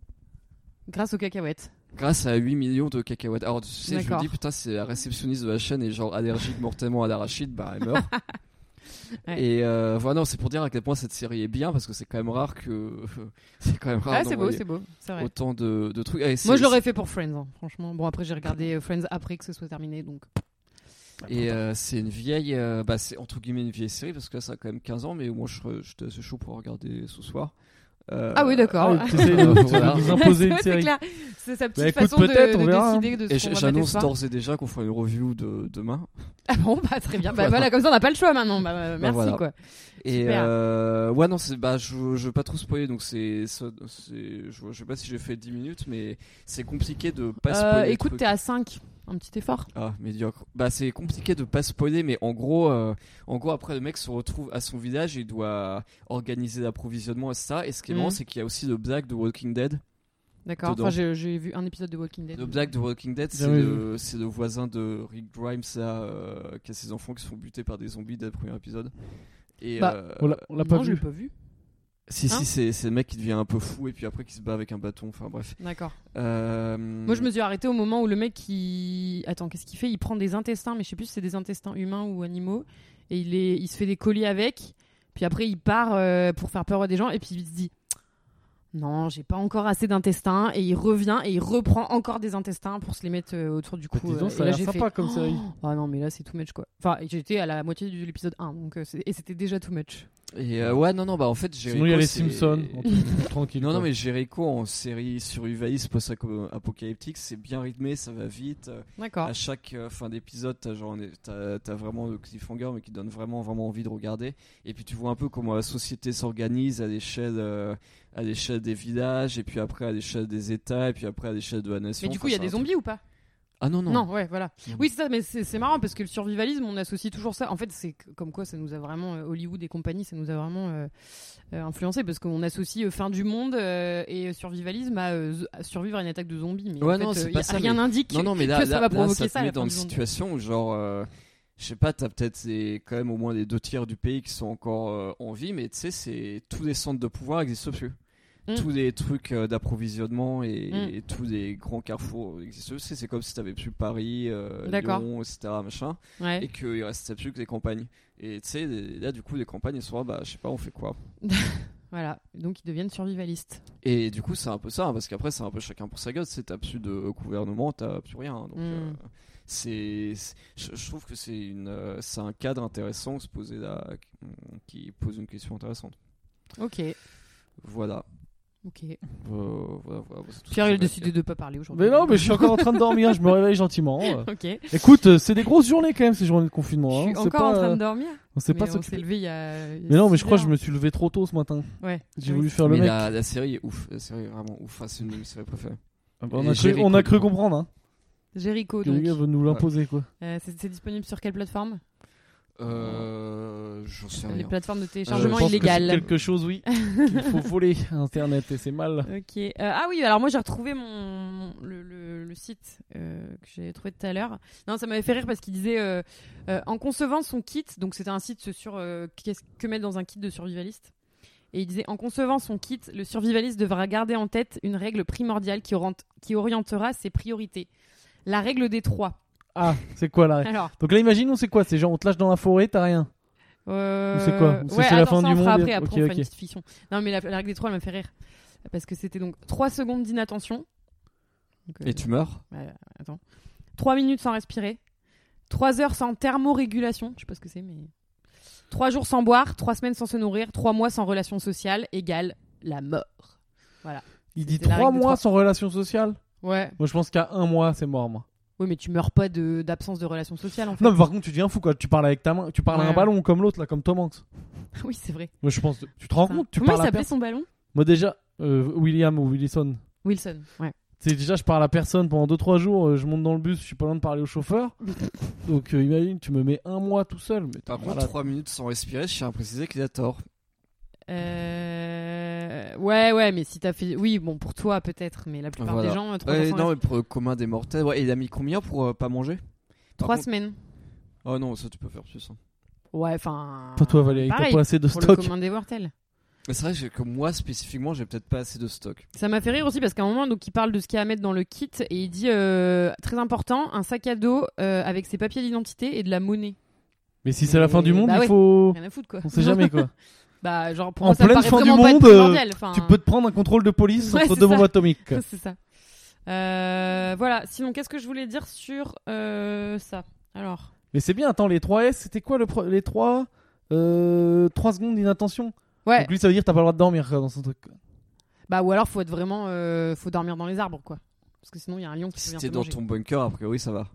Grâce aux cacahuètes. Grâce à 8 millions de cacahuètes. Alors tu sais, je me D'accord. dis, putain, c'est la réceptionniste de la chaîne et genre allergique mortellement à l'arachide, bah elle meurt. Ouais. Et euh, voilà, non, c'est pour dire à quel point cette série est bien parce que c'est quand même rare que. c'est quand même rare. ah, c'est beau, d'envoyer c'est beau, c'est vrai. Autant de, de trucs. Ah, et c'est- Moi, je l'aurais fait pour Friends, hein, franchement. Bon, après, j'ai regardé euh, Friends après que ce soit terminé, donc. Ah, Et euh, c'est une vieille. euh, bah, c'est entre guillemets une vieille série parce que là, ça a quand même 15 ans, mais moi je serais- j'étais assez chaud pour regarder ce soir. Euh, Ah oui, d'accord. Ah, t'essayes de- euh, de voilà. nous imposer une c'est série. clair. C'est sa petite Bah, écoute, façon de, peut-être, on de verra, hein. décider de Et ce j- qu'on va j'annonce mater ce soir. d'ores et déjà qu'on fera une review de, demain. Ah bon, bah très bien. Voilà. Bah voilà, comme ça on n'a pas le choix maintenant. Bah, euh, merci voilà. quoi. Et Super. euh, ouais, non, c'est bah, je, je veux pas trop spoiler, donc c'est, ça- c'est, je, je sais pas si j'ai fait 10 minutes, mais c'est compliqué de pas Euh, spoiler. le écoute, truc. t'es à 5. Un petit effort. Ah, médiocre. Bah, c'est compliqué de pas spoiler, mais en gros, euh, en gros, après, le mec se retrouve à son village, il doit organiser l'approvisionnement, etc. Et ce qui est Mhm. marrant, c'est qu'il y a aussi le blague de Walking Dead. D'accord. Dedans. Enfin, j'ai j'ai vu un épisode de Walking Dead. Le blague de Walking Dead, c'est Jamais le, c'est le voisin de Rick Grimes, là, euh, qui a ses enfants qui sont butés par des zombies dès le premier épisode. Et, Bah, euh, On l'a- on l'a non, pas je l'ai vu. pas vu. Si, Hein si, c'est- c'est le mec qui devient un peu fou et puis après qui se bat avec un bâton, enfin bref. D'accord. Euh, Moi, je me suis arrêtée au moment où le mec qui attends, qu'est-ce qu'il fait Il prend des intestins, mais je sais plus si c'est des intestins humains ou animaux, et il les, il se fait des colliers avec. Puis après, il part euh, pour faire peur à des gens, et puis il se dit non, j'ai pas encore assez d'intestins et il revient et il reprend encore des intestins pour se les mettre euh, autour du Bah, cou. dis donc, euh, ça et a là, l'air j'ai sympa fait, comme série. Ah non, mais là, c'est too much, quoi. Enfin, j'étais à la moitié de l'épisode 1, donc, euh, c'est- et c'était déjà too much. Et euh, ouais, non, non, bah en fait, Jericho. Sinon, il y a les c'est- Simpsons. en tout- Tranquille. Non, non, quoi. mais Jericho en série survivaliste post-apocalyptique, c'est bien rythmé, ça va vite. Euh, D'accord. À chaque euh, fin d'épisode, t'as genre un- t'as t'as vraiment le cliffhanger, mais qui donne vraiment vraiment envie de regarder. Et puis tu vois un peu comment la société s'organise à l'échelle euh, à l'échelle des villages, et puis après à l'échelle des États, et puis après à l'échelle de la nation. Mais du Enfin, coup, il y a c'est des un truc- zombies ou pas Ah non, non. non. ouais, voilà. Non. Oui, c'est ça, mais c'est c'est marrant parce que le survivalisme, on associe toujours ça. En fait, c'est c- comme quoi ça nous a vraiment, euh, Hollywood et compagnie, ça nous a vraiment euh, euh, influencé parce qu'on associe euh, fin du monde euh, et survivalisme à, euh, zo- à survivre à une attaque de zombies. Mais Ouais, en fait, non, c'est pas euh, y a- ça, rien mais- n'indique. Non, non, mais là, que ça là- va là, provoquer ça te ça à la met fin dans du une monde. situation où, genre, euh, je sais pas, t'as peut-être c'est quand même au moins les deux tiers du pays qui sont encore euh, en vie, mais tu sais, c'est tous les centres de pouvoir existent plus. Mm. Tous les trucs euh, d'approvisionnement et, Mm. et tous les grands carrefours existent. plus. Tu sais, C'est comme si t'avais plus Paris, euh, D'accord. Lyon, etc., machin, Ouais. et qu'il restait plus que des campagnes. Et tu sais, les- là, du coup, les campagnes, ils sont là, bah, je sais pas, on fait quoi Voilà, donc ils deviennent survivalistes. et du coup, c'est un peu ça, hein, parce qu'après, c'est un peu chacun pour sa gueule. C'est t'as plus de gouvernement, t'as plus rien. hein, donc, Mm. euh, c'est, c'est- je, je trouve que c'est une, euh, c'est un cadre intéressant de se poser là, qui pose une question intéressante. Ok, Voilà. ok. Euh, voilà, voilà, c'est tout ce Pierre, que j'avais il a à décidé de pas parler aujourd'hui. Mais non, mais je suis encore en train de dormir, je me réveille gentiment. Euh, Ok. Je Écoute, euh, c'est des grosses journées quand même ces journées de confinement. hein. suis On encore sait pas, en train euh, de dormir. On sait mais pas on s'est s'occuper. levé il y a. il y a Mais non, mais six je crois que je heures. me suis levé trop tôt ce matin. Ouais. J'ai Oui. voulu faire dire. le Mais mec. la, la série est ouf. La série est vraiment ouf. Enfin, c'est une de mes séries préférées. Ah bah, on, a Et cru, on Jericho, a cru du coup. comprendre hein, Jericho, que les donc. gars veulent nous l'imposer quoi. Euh, c'est c'est disponible sur quelle plateforme Euh, j'en Ah sais Les rien. plateformes de hein. Euh, Je téléchargement pense que c'est illégal. Quelque chose, oui. Il faut voler à internet et c'est mal. Ok. Euh, ah oui, alors moi j'ai retrouvé mon, mon- le, le- le site euh, que j'ai trouvé tout à l'heure. Non, ça m'avait fait rire parce qu'il disait euh, euh, en concevant son kit, donc c'était un site sur euh, qu'est-ce que mettre dans un kit de survivaliste. Et il disait en concevant son kit, le survivaliste devra garder en tête une règle primordiale qui, orante- qui orientera ses priorités. La règle des trois. Ah, c'est quoi là Alors, Donc là, imagine, on c'est quoi C'est genre on te lâche dans la forêt, t'as rien. euh, c'est quoi Ou c'est- ouais, c'est la fin attends, du ça, on fera monde Après, et- après ok, on fera ok. une petite fiction. Non, mais la, la règle des trois, elle m'a fait rire parce que c'était donc 3 secondes d'inattention. Donc, euh, Et tu meurs. Ouais, attends. 3 minutes sans respirer. 3 heures sans thermorégulation. Je sais pas ce que c'est, mais. 3 jours sans boire. 3 semaines sans se nourrir. 3 mois sans relation sociale égale la mort. Il dit C'était la trois règle de mois trois. sans relation sociale. Ouais. Moi, je pense qu'à un mois, c'est mort, moi. Oui, mais tu meurs pas de- d'absence de, relation sociale en fait. Non, mais par contre, tu deviens fou quoi. Tu parles avec ta main, tu parles à Ouais. un ballon comme l'autre là, comme Tom Hanks. oui, c'est vrai. Moi, je pense. Tu te rends compte Tu Comment il parles à s'appelait personne. son ballon Moi, déjà, euh, William ou Willison. Wilson. Ouais. C'est déjà, je parle à personne pendant 2-3 jours. euh, je monte dans le bus, je suis pas loin de parler au chauffeur. Donc, euh, imagine, tu me mets un mois tout seul. Mais Par t'es contre, malade. 3 minutes sans respirer, je tiens à préciser qu'il a tort. Euh, Ouais, ouais, mais si t'as fait. Oui, bon, pour toi peut-être, mais la plupart Voilà. des gens, euh, 3, Ouais, Euh, non, mais pour le commun des mortels. Ouais, et il a mis combien pour euh, pas manger Par contre- semaines. Oh non, ça tu peux faire plus. hein. Ouais, enfin. Pas toi, Valérie, t'as Pareil, pas assez de pour le stock. commun des mortels. Mais c'est vrai que j'ai- que moi spécifiquement, j'ai peut-être pas assez de stock. Ça m'a fait rire aussi parce qu'à un moment, donc, il parle de ce qu'il y a à mettre dans le kit et il dit euh, très important, un sac à dos euh, avec ses papiers d'identité et de la monnaie. Mais si c'est la fin du Bah monde, ouais. il faut. Rien à foutre quoi. On sait jamais quoi. bah, genre, pour En moi, ça me pleine paraît fin du vraiment pas être monde, euh, primordial, enfin, tu peux te prendre un contrôle de police Ouais, entre c'est deux ça. bombes atomiques. C'est ça. Euh, voilà. Sinon, qu'est-ce que je voulais dire sur euh, ça Alors. Mais c'est bien, attends, les 3S, c'était quoi le pro- les 3 euh, 3 secondes d'inattention Ouais. Donc lui, ça veut dire que t'as pas le droit de dormir quoi, dans son truc. Bah, ou alors, faut être vraiment. euh, faut dormir dans les arbres quoi. Parce que sinon, il y a un lion qui Si vient t'es te dans manger. ton bunker, a priori ça va.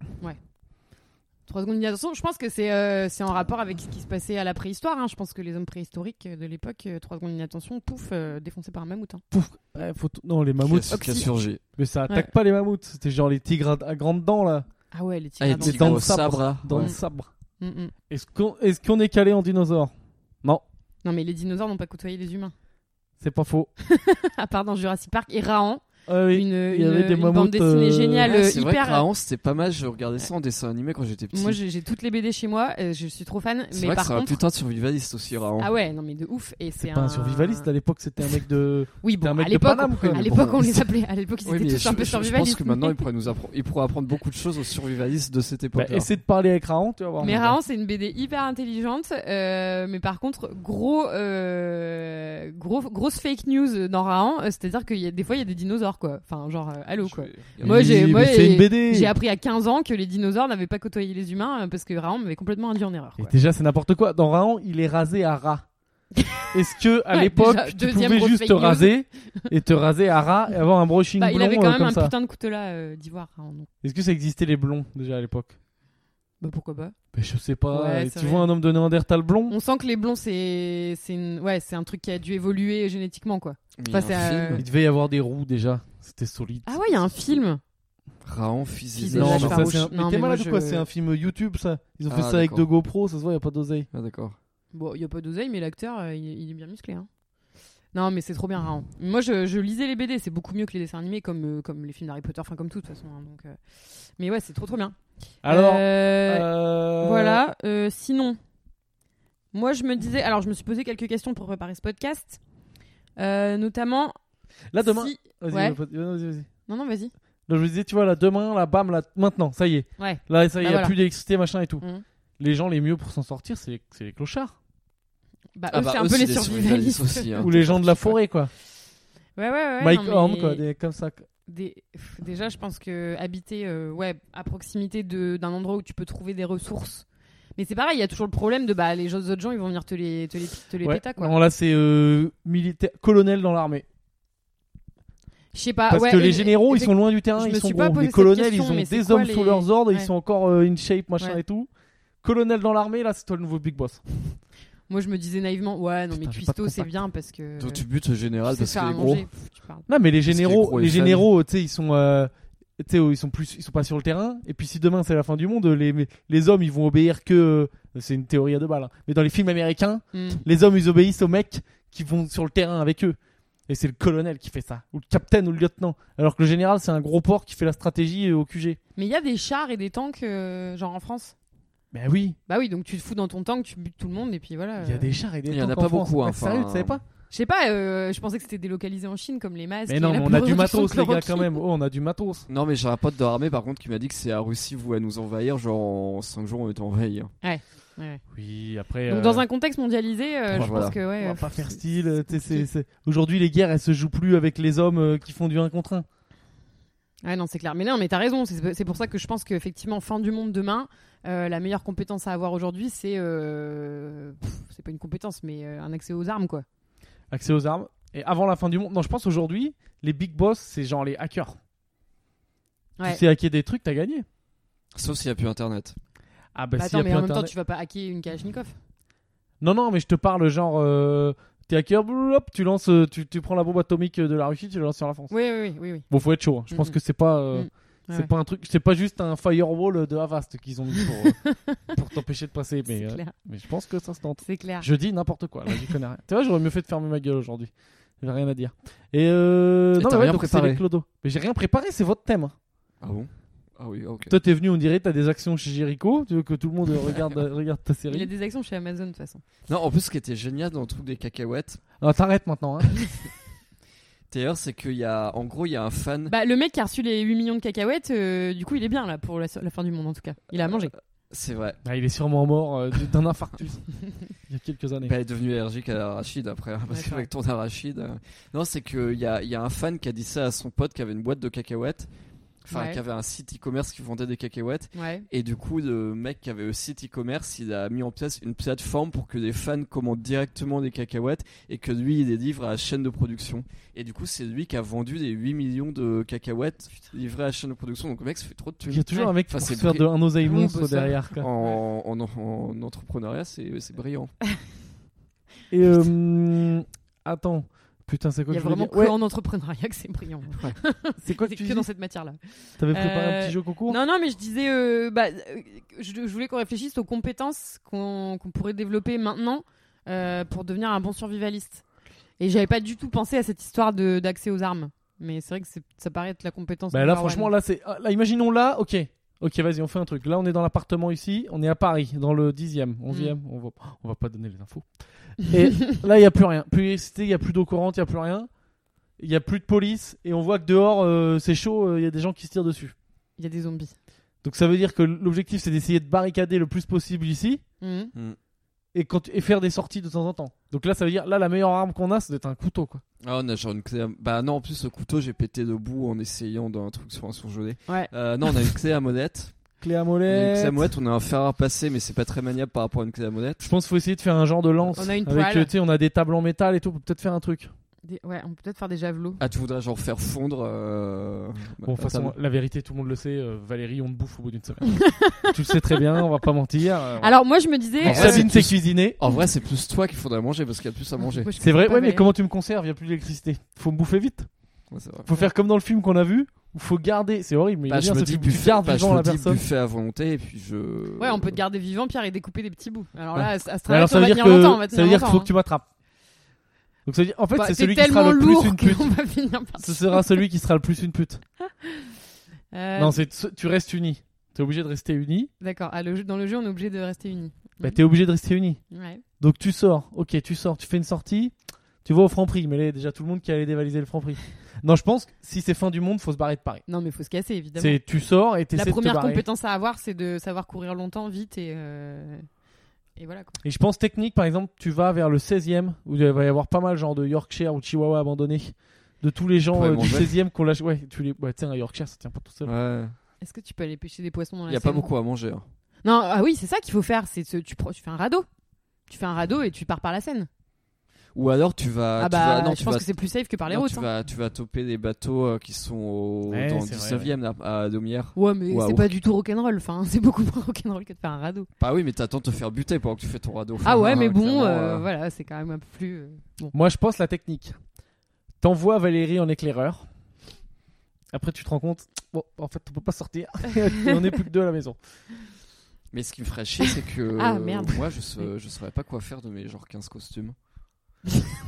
3 secondes d'inattention. Je pense que c'est euh, c'est en rapport avec ce qui se passait à la préhistoire. hein. Je pense que les hommes préhistoriques euh, de l'époque, 3 secondes d'inattention, pouf, euh, défoncé par un mammouth. hein. Ouais, faut t- Non, les Qui a- mammouths. qui a Oxy- surgi. Mais ça attaque Ouais. pas les mammouths. C'était genre les tigres à, à grandes dents là, Ah ouais, les tigres. Ah, à les dents. petits dans le gros sabre. sabres là. dans Ouais. le sabre. Mm, mm. Est-ce qu'on est, qu'on est calé en dinosaures Non, Non, mais les dinosaures n'ont pas côtoyé les humains. c'est pas faux. à part dans Jurassic Park et Raon, Ah oui, une, il y avait une- des une mammouths, bande dessinée euh, Ouais, géniale, euh, Ah, c'est vrai que hyper. Raon, c'était pas mal. Je regardais ça en dessin animé quand j'étais petit. Moi, j'ai j'ai toutes les BD chez moi, euh, je suis trop fan. c'est mais vrai que par c'est un contre, putain de survivaliste aussi, Raon. ah ouais, non mais de ouf. Et C'est c'est pas un survivaliste, à l'époque c'était un mec de. Oui, T'es un bon, mec à de l'époque, Paname, quoi, à mais l'époque, bon. on les appelait. À l'époque, ils Oui, étaient mais tous je, un peu je- je pense survivalistes. que maintenant il pourrait nous apprendre, il pourrait apprendre beaucoup de choses aux survivalistes de cette Bah, époque. essaie de parler avec Raon, tu vas voir. Mais Raon, c'est une BD hyper intelligente, euh, mais par contre, gros, euh, gros, grosse fake news dans Raon, euh, c'est-à-dire qu'il y a des fois, il y a des dinosaures, quoi. Enfin, genre, euh, allô, quoi. Moi, Oui, j'ai- mais moi, c'est une BD. J'ai appris à 15 ans que les dinosaures n'avaient pas côtoyé les humains euh, parce que Raon m'avait complètement induit en erreur. Et quoi. déjà, c'est n'importe quoi. Dans Raon, il est rasé à rat. Est-ce que à Ouais, l'époque, déjà, tu deuxième pouvais grosse juste fake te news. raser et te raser à rat et avoir un brushing Bah, blond il avait quand euh, même comme un ça putain de coutelas euh, d'ivoire, Raon. donc. Est-ce que ça existait les blonds déjà à l'époque Bah, pourquoi pas ben, Je sais pas. Ouais, Et tu c'est vrai. Mm. vois un homme de Néandertal blond On sent que les blonds, c'est c'est une... ouais, c'est un truc qui a dû évoluer génétiquement, quoi. Il y a Enfin, un c'est, film, euh, Il devait y avoir des roues déjà. C'était solide. Ah ouais, il y a un film. Raon, physique. Fils de non, mais Jacques ça, Farouche. c'est un... mais Non, t'es mais malade moi, ou quoi je- C'est un film YouTube ça. Ils ont Ah, fait ça avec d'accord. deux GoPros, ça se voit, y a pas d'oseille. Ah d'accord. Bon, il n'y a pas d'oseille, mais l'acteur, euh, il, il est bien musclé. Hein. Non, mais c'est trop bien, Raon. Moi, je, je lisais les BD, c'est beaucoup mieux que les dessins animés, comme, euh, comme les films d'Harry Potter, enfin, comme tout, de toute façon. hein, donc, euh. Mais ouais, c'est trop, trop bien. Alors. Euh, euh, Voilà, euh, sinon, moi, je me disais. Alors, je me suis posé quelques questions pour préparer ce podcast. Euh, notamment. Là demain. si- Vas-y, Ouais. vas-y, vas-y, vas-y. Non, non, vas-y. Là, je vous disais, tu vois, là, demain, là, bam, là, maintenant, ça y est. Ouais. Là, ça y est, Bah, y a voilà. plus d'électricité, machin et tout. Mhm. Les gens les mieux pour s'en sortir, c'est les, c'est les clochards. Bah, Ah eux, bah, c'est eux, un peu les des survivalistes. aussi. hein. Ou les gens de la forêt, quoi. Ouais, ouais, ouais. Mike non, mais- Horn, quoi, des, comme ça. Des- pff, Déjà, je pense que habiter euh, ouais, à proximité de- d'un endroit où tu peux trouver des ressources. Mais c'est pareil, il y a toujours le problème de bah, les autres gens, ils vont venir te les, te les, te les Ouais. péta, quoi. Non, là, c'est euh, militaire, colonel dans l'armée. Je sais pas. Parce Ah, ouais, que et- les généraux, ils sont loin du terrain, je ils me sont suis pas gros. posé Les cette colonels, question, ils ont mais c'est des quoi hommes les- sous leurs ordres, Ouais. ils sont encore euh, in shape, machin Ouais. et tout. Colonel dans l'armée, là, c'est toi le nouveau big boss. Moi, je me disais naïvement, ouais, non, Putain, mais j'ai pas de cuistot, c'est contact. bien parce que. D'où tu butes au général tu sais parce faire qu'il à est gros. manger. Pff, tu parles. Non, mais les qu'il est généraux, gros et les fun. généraux, tu sais, ils sont, euh, tu sais, ils sont plus, ils sont pas sur le terrain. Et puis si demain c'est la fin du monde, les les hommes ils vont obéir que, euh, c'est une théorie à deux balles. hein. Mais dans les films américains, Mm. les hommes ils obéissent aux mecs qui vont sur le terrain avec eux. Et c'est le colonel qui fait ça, ou le capitaine ou le lieutenant. Alors que le général c'est un gros porc qui fait la stratégie euh, au QG. Mais il y a des chars et des tanks, euh, genre en France. Ben oui, Bah oui, donc tu te fous dans ton tank, tu butes tout le monde, et puis voilà. il y a euh. des chars et des. Il y en a tanks pas France. beaucoup, hein, Ouais, Sérieux, enfin, tu savais pas Je sais pas, euh, je pensais que c'était délocalisé en Chine, comme les masques. Mais et non, la mais on a du production matos les gars quand chloroquine. même. Oh, on a du matos. Non, mais j'ai un pote de l'armée par contre qui m'a dit que c'est la Russie vouée à nous envahir, genre en 5 jours on est envahi. hein. Ouais. Oui, après. euh, Donc, dans un contexte mondialisé, euh, je Voilà. pense que, ouais. On va euh, pas pff, faire c'est- style. euh, t'sais, compliqué. c'est- c'est- Aujourd'hui, les guerres, elles se jouent plus avec les hommes euh, qui font du 1 contre 1. Ouais, non, c'est clair. Mais non, mais t'as raison. C'est c'est pour ça que je pense qu'effectivement, fin du monde demain, euh, la meilleure compétence à avoir aujourd'hui, c'est. euh, pff, C'est pas une compétence, mais euh, un accès aux armes, quoi. Accès aux armes. Et avant la fin du monde. Non, je pense aujourd'hui, les big boss, c'est genre les hackers. Ouais. Tu sais hacker des trucs, t'as gagné. Sauf s'il n'y a plus internet. Ah bah, Bah, s'il y attends, a mais plus en même temps, internet. tu vas pas hacker une Kalachnikov. Non, non, mais je te parle genre. euh, T'es hacker, blou, hop, tu lances, euh, tu, tu prends la bombe atomique de la Russie, tu la lances sur la France. Oui, oui, oui. oui, oui. Bon, faut être chaud. hein. Je pense Mm, que c'est pas, euh, Mm. Ouais, c'est ouais. pas un truc, c'est pas juste un firewall de Avast qu'ils ont mis pour, euh, pour t'empêcher de passer. Mais, C'est euh, clair. Ah. mais je pense que ça se tente. C'est clair. Je dis n'importe quoi, là, j'y connais rien. Tu vois, j'aurais mieux fait de fermer ma gueule aujourd'hui. J'ai rien à dire. Et euh... Et non, t'as mais ouais, rien donc c'est préparé. les clodos. Mais j'ai rien préparé, c'est votre thème. hein. Ah bon Ah oui, ok. Toi, t'es venu, on dirait, t'as des actions chez Jericho, tu veux que tout le monde euh, regarde, euh, regarde ta Il y a série. des actions chez Amazon, de toute façon. Non, en plus, ce qui était génial dans le truc des cacahuètes, Ah, t'arrêtes maintenant. Hein. d'ailleurs, c'est qu'il y a. En gros, il y a un fan. Bah, le mec qui a reçu les 8 millions de cacahuètes, euh, du coup, il est bien, là, pour la, la fin du monde, en tout cas. Il a mangé. C'est vrai. Ah, il est sûrement mort euh, d'un infarctus il y a quelques années. Ben, Bah, elle est devenue allergique à l'arachide après, hein, parce D'accord. qu'avec ton arachide. euh. Non, c'est qu'il y a, il y a un fan qui a dit ça à son pote qui avait une boîte de cacahuètes, enfin, Ouais. qui avait un site e-commerce qui vendait des cacahuètes. Ouais. Et du coup, le mec qui avait le site e-commerce, il a mis en place une plateforme pour que les fans commandent directement des cacahuètes et que lui, il les livre à la chaîne de production. Et du coup, c'est lui qui a vendu les 8 millions de cacahuètes livrées à la chaîne de production. Donc le mec se fait trop de Il y thunes. a toujours Ouais. un mec qui Enfin, se c'est faire bri- de un oseille Oui, monstre bah, ça. derrière. quoi. En, en, en entrepreneuriat, c'est c'est brillant. Et euh... attends, putain, c'est quoi Il y a que je voulais dire vraiment que Ouais, en entrepreneuriat que c'est brillant. C'est quoi que C'est tu que dis dans cette matière-là. T'avais préparé un Euh, petit jeu concours Non, non, mais je disais, euh, bah, euh, je, je voulais qu'on réfléchisse aux compétences qu'on qu'on pourrait développer maintenant euh, pour devenir un bon survivaliste. Et j'avais pas du tout pensé à cette histoire de- d'accès aux armes. Mais c'est vrai que c'est- ça paraît être la compétence. Bah là, number franchement, one. là, c'est. ah, Là, imaginons là, ok. Ok, vas-y, on fait un truc. Là, on est dans l'appartement ici, on est à Paris, dans le 10e, 11e. Mm. On, va... on va pas donner les infos. Et là, il n'y a plus rien. Plus d'électricité, il n'y a plus d'eau courante, il n'y a plus rien. Il n'y a plus de police. Et on voit que dehors, euh, c'est chaud, euh, il y a des gens qui se tirent dessus. il y a des zombies. Donc ça veut dire que l'objectif, c'est d'essayer de barricader le plus possible ici Mhm. et, quand... et faire des sorties de temps en temps. Donc là, ça veut dire, là, la meilleure arme qu'on a, c'est d'être un couteau, quoi. Ah, on a genre une clé. à- Bah non, en plus, le couteau, j'ai pété debout en essayant d'un truc sur un surgelé. Ouais. Euh, non, on a une clé à molette. Clé à On a une clé mollet. à molette, on a un fer à passer, mais c'est pas très maniable par rapport à une clé à molette. Je pense qu'il faut essayer de faire un genre de lance. On a une avec, toile. euh, tu sais, on a des tables en métal et tout, pour peut-être faire un truc. Des- Ouais, on peut peut-être faire des javelots. Ah, tu voudrais genre faire fondre. Euh... Bon, de toute la façon, table. la vérité, tout le monde le sait, euh, Valérie, on te bouffe au bout d'une semaine. tu le sais très bien, on va pas mentir. euh, Alors moi je me disais. euh, Alors, voilà. ça, Sabine c'est s'est plus- cuisinée. En vrai, c'est plus toi qu'il faudrait manger parce qu'il y a plus à manger. Moi, je C'est vrai, comprends ouais, pas, mais comment tu me conserves Il y a plus d'électricité. Faut me bouffer vite. Ouais, c'est vrai. Faut faire comme dans le film qu'on a vu, où faut garder. C'est horrible, mais il Bah, est je bien, me ce dis film, tu buffet, gardes bah, je vivant me la dis personne. buffet à volonté et puis je. Ouais, on peut te garder vivant, Pierre, et découper des petits bouts. Alors là, à ce à ce Mais alors, travail, on ça va veut dire tenir que longtemps. on va ça tenir veut dire qu'il longtemps, faut que hein. tu m'attrapes. Donc ça veut dire, en fait, Bah, c'est t'es celui qui sera tellement le plus lourd une pute. qu'on va finir par Ce sera celui qui sera le plus une pute. Euh, Non, c'est ce- tu restes uni. T'es obligé de rester uni. D'accord. Ah, le jeu- dans le jeu, on est obligé de rester unis. Bah, t'es obligé de rester uni. Ouais. Donc tu sors, ok, tu sors, tu fais une sortie, tu vas au Franprix, mais là, il y a déjà tout le monde qui allait dévaliser le Franprix. non, je pense que si c'est fin du monde, faut se barrer de Paris. Non, mais faut se casser, évidemment. C'est tu sors et La t'essaies de te première barrer. compétence à avoir, c'est de savoir courir longtemps, vite et. euh, Et voilà quoi. Et je pense technique, par exemple, tu vas vers le 16e où il va y avoir pas mal genre de Yorkshire ou Chihuahua abandonnés, de tous les gens Ouais, euh, bon, du ouais. 16e qu'on lâche. Ouais, tu les, ouais, tiens, un Yorkshire, ça tient pas tout seul. Ouais. Est-ce que tu peux aller pêcher des poissons dans Il la y a pas Seine beaucoup à manger. hein. Non, ah oui, c'est ça qu'il faut faire. C'est ce- tu, prends- tu fais un radeau. Tu fais un radeau et tu pars par la Seine. Ou alors tu vas. Ah, tu bah, vas- non, je tu pense vas- que c'est plus safe que par les non, routes. tu, hein. vas, tu vas toper des bateaux euh, qui sont au, Ouais, dans le c'est vrai, 19 e à Domière. Ouais, mais Waouh. c'est pas du tout rock'n'roll. Enfin, hein, c'est beaucoup moins rock'n'roll que de faire un radeau. Bah oui, mais t'attends de te faire buter pendant que tu fais ton radeau. Ah ouais, mais bon, clairement, euh, euh, voilà, c'est quand même un peu plus. euh, bon. Moi, je pense la technique. T'envoies Valérie en éclaireur. Après, tu te rends compte, bon, en fait, on peut pas sortir. Et on est plus que deux à la maison. Mais ce qui me ferait chier, c'est que Ah, merde. moi, je, sa- je saurais pas quoi faire de mes genre 15 costumes.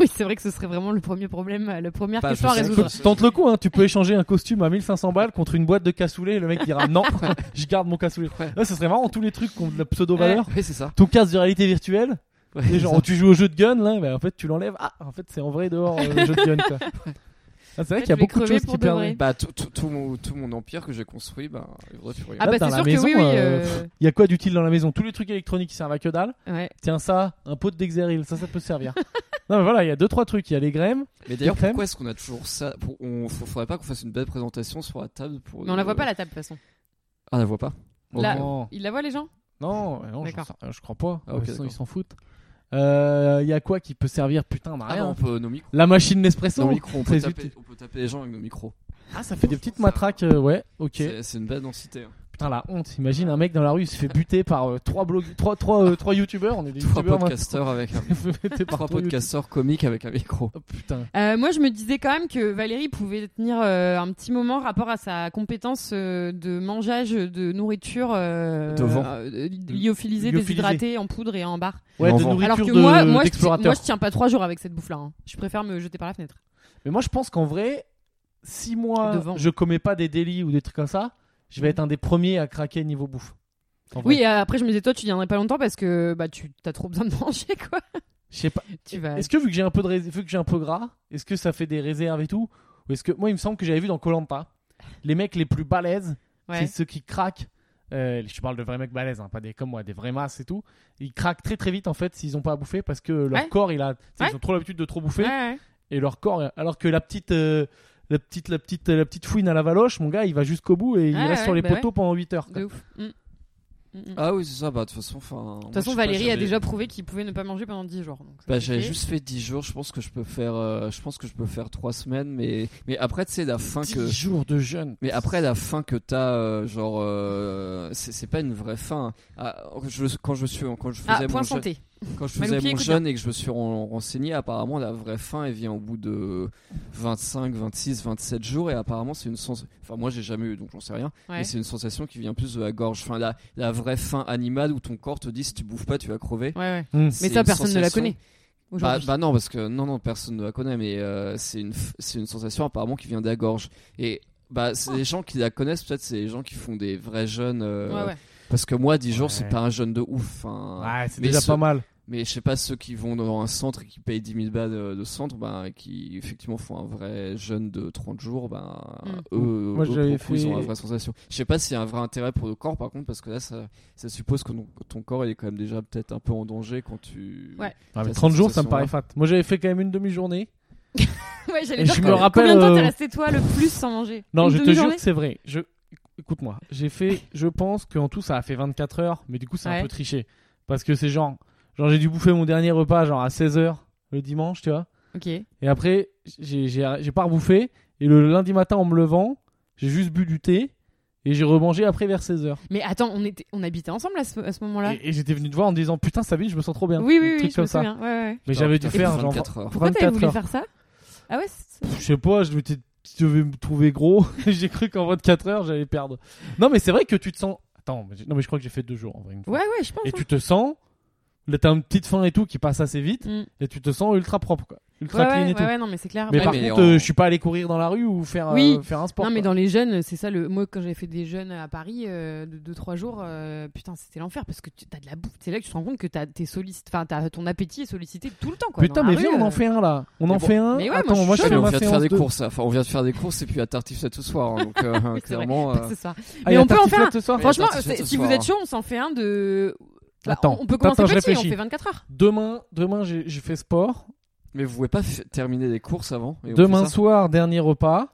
Oui, c'est vrai que ce serait vraiment le premier problème, euh, la première Bah, question à je sais Faut résoudre. que tu tentes le coup, hein. tu peux échanger un costume à 1500 balles contre une boîte de cassoulet et le mec dira non, je garde mon cassoulet. Ouais. Là, ce serait marrant, tous les trucs qui ont de la Oh. pseudo-valeur. Oui, c'est ça. Ton casque de réalité virtuelle, Ouais, et c'est genre ça. tu joues au jeu de gun, là, bah, en fait tu l'enlèves, ah, en fait c'est en vrai dehors euh, le jeu de gun. quoi. Ah, c'est vrai Ouais, qu'il y a tu vas beaucoup de crever choses qui pour de vrai. perdraient. Bah, tout, tout, tout mon, tout mon empire que j'ai construit, bah, il vaudrait plus rien. Ah bah dans la c'est sûr maison, que oui, oui. euh, euh, Il y a quoi d'utile dans la maison Tous les trucs électroniques qui servent à que dalle. ouais. Tiens, ça, un pot de Dexeril, ça, ça peut servir. non, mais voilà, il y a deux trois trucs. Il y a les grèmes. Mais d'ailleurs, crème. pourquoi est-ce qu'on a toujours ça pour, on, faut- Faudrait pas qu'on fasse une belle présentation sur la table pour. Mais on la euh, voit pas la table de toute façon. Ah, on la voit pas. Là- Oh, Non, Ils la voient les gens non, mais non, j'en D'accord. sais- je crois pas. Ah, ok, Ouais, sinon, d'accord. ils s'en foutent. Euh, Il y a quoi qui peut servir Putain, on a Ah rien. non, bah, on peut nos micros. La machine Nespresso. Nos micros, on peut, très taper, utile. on peut taper les gens avec nos micros. Ah, ça fait des petites Ça- matraques. euh, ouais, ok. C'est- C'est une belle densité. hein. Putain, la honte. Imagine un mec dans la rue, il se fait buter par euh, trois blogs, trois, trois, euh, trois youtubeurs. On est des Trois youtubeurs. maintenant. podcasteurs avec un Il se fait buter par Trois trois youtubeurs. podcasteurs comiques avec un micro. Oh, putain. Euh, Moi je me disais quand même que Valérie pouvait tenir euh, un petit moment rapport à sa compétence euh, de mangeage de nourriture euh, De vent. euh, de- de- Lyophilisée. lyophilisée, déshydratée en poudre et en barre. Ouais, en de vend. nourriture Alors que de- moi, moi, je, ti- d'explorateur. moi je tiens pas trois jours avec cette bouffe là. Je préfère me jeter par la fenêtre. Mais moi, je pense qu'en vrai, si moi Devant. Mm. je commets pas des délits ou des trucs comme ça, je vais être un des premiers à craquer niveau bouffe. En vrai. Oui, et après je me disais toi tu viendrais pas longtemps parce que bah tu t'as trop besoin de manger quoi. Je sais pas. Tu vas. Est-ce que vu que j'ai un peu de rés- vu que j'ai un peu gras, est-ce que ça fait des réserves et tout Ou est-ce que moi, il me semble que j'avais vu dans Colanta, les mecs les plus balèzes, Ouais. c'est ceux qui craquent. euh, je parle de vrais mecs balèzes, hein, pas des comme moi, des vrais masses et tout. Ils craquent très très vite en fait s'ils ont pas à bouffer parce que leur Ouais. corps, il a, tu sais, Ouais. ils ont trop l'habitude de trop bouffer. Ouais, ouais. et leur corps alors que la petite euh, la petite la petite la petite fouine à la valoche mon gars il va jusqu'au bout et il Ouais, reste ouais, sur les bah poteaux pendant 8 heures quoi. De ouf. Mm. Mm, mm. Ah oui, c'est ça. Bah, de toute façon, enfin. De toute façon, Valérie a déjà prouvé qu'il pouvait ne pas manger pendant 10 jours. donc ça, Bah, c'est j'avais fait. juste fait 10 jours. Je pense que je peux faire. euh, je pense que je peux faire 3 semaines, mais mais après, tu sais, la fin 10 que. jours de jeûne Mais après la fin que t'as, euh, genre, euh, c'est c'est pas une vraie fin. Ah, je- quand je suis, quand je faisais Ah, mon point jeûne- santé. Quand je Mal faisais oublié, mon écoute hein. jeûne et que je me suis ren- renseigné, apparemment la vraie faim elle vient au bout de 25, 26, 27 jours et apparemment c'est une sensation. Enfin moi j'ai jamais eu donc j'en sais rien. Ouais. Mais c'est une sensation qui vient plus de la gorge. Enfin la, la vraie faim animale où ton corps te dit si tu bouffes pas tu vas crever. Ouais, ouais. Hmm. C'est Mais ça, une personne ne la sensation- connaît. Bah, aujourd'hui. bah non, parce que non, non, personne ne la connaît, mais euh, c'est une, f- c'est une sensation apparemment qui vient de la gorge. Et bah, Ah. c'est les gens qui la connaissent, peut-être, c'est les gens qui font des vrais jeunes. bah, euh, Ouais, ouais. Parce que moi, 10 jours, c'est Ouais. pas un jeune de ouf. hein. Ouais, c'est Mais déjà ce- pas mal. Mais je sais pas, ceux qui vont dans un centre et qui payent 10 000 balles euh, de centre, bah, qui effectivement font un vrai jeune de 30 jours, bah, Mm. eux, Moi, eux, pour j'avais le coup, ils ont fait- la vraie sensation. Je sais pas s'il y a un vrai intérêt pour le corps, par contre, parce que là, ça, ça suppose que ton, ton corps, il est quand même déjà peut-être un peu en danger quand tu. Ouais. Ouais, mais Cette 30 jours, ça me sensation-là. paraît fat. Moi, j'avais fait quand même une demi-journée. Ouais, j'allais Et dire, je me combien- rappelle, Combien de temps t'es euh, resté toi le plus sans manger Non, Une je te jure demi-journée que c'est vrai. Je... Écoute-moi, j'ai fait, je pense qu'en tout, ça a fait 24 heures, mais du coup, c'est Ouais. un peu triché. Parce que c'est genre, genre j'ai dû bouffer mon dernier repas genre à 16 heures le dimanche, tu vois. Ok. Et après, j'ai- j'ai j'ai pas rebouffé. Et le lundi matin, en me levant, j'ai juste bu du thé et j'ai remangé après vers 16 heures. Mais attends, on, était... on habitait ensemble à ce, à ce moment-là Et, et j'étais venu te voir en disant putain, Sabine, je me sens trop bien. Oui, Un oui, truc oui, je comme me ça. souviens. Ouais, ouais. Mais j'avais dû Putain, faire genre 24 heures. Pourquoi t'avais 24 voulu heures. faire ça Ah ouais c'est- Je sais pas, je m'étais, je devais me trouver gros. j'ai cru qu'en 24 heures, j'allais perdre. Non, mais c'est vrai que tu te sens. Attends, mais j'ai- non, mais je crois que j'ai fait deux jours en vrai. une fois. Ouais, ouais, je pense. Et hein. tu te sens. Là, t'as une petite faim et tout qui passe assez vite. Mm. Et tu te sens ultra propre, quoi. Ultra Ouais, clean ouais, et tout. ouais, ouais, non, mais c'est clair. Mais Ouais, par mais contre, en- euh, je suis pas allé courir dans la rue ou faire, euh, Oui. faire un sport. Non, mais quoi. dans les jeunes, c'est ça le. Moi, quand j'avais fait des jeunes à Paris euh, de 2-3 jours, euh, putain, c'était l'enfer parce que tu as de la bouffe. C'est là que tu te rends compte que t'as- t'es sollicite, enfin, t'as- ton appétit est sollicité tout le temps, quoi. Putain, Dans la mais rue, viens, on euh, en fait un là. On mais en bon. fait un. Mais ouais, Attends, moi, je moi suis Ouais, je fais mais on ma vient de faire séance des de- courses, enfin on vient de faire des courses et puis à Tartiflette ce soir, hein, donc euh, c'est vrai. clairement. Pas euh, ce soir. Ah, il y a Mais on peut en Tartiflette faire un. ce soir. Mais Franchement, attends, c'est- ce si soir. vous êtes chaud, on s'en fait un de. Bah, hein. Attends, on peut commencer attends, je petit, on réfléchis. fait 24 heures. Demain, demain, j'ai j'ai fait sport. Mais vous pouvez pas f- terminer les courses avant et on fait Demain ça soir, dernier repas.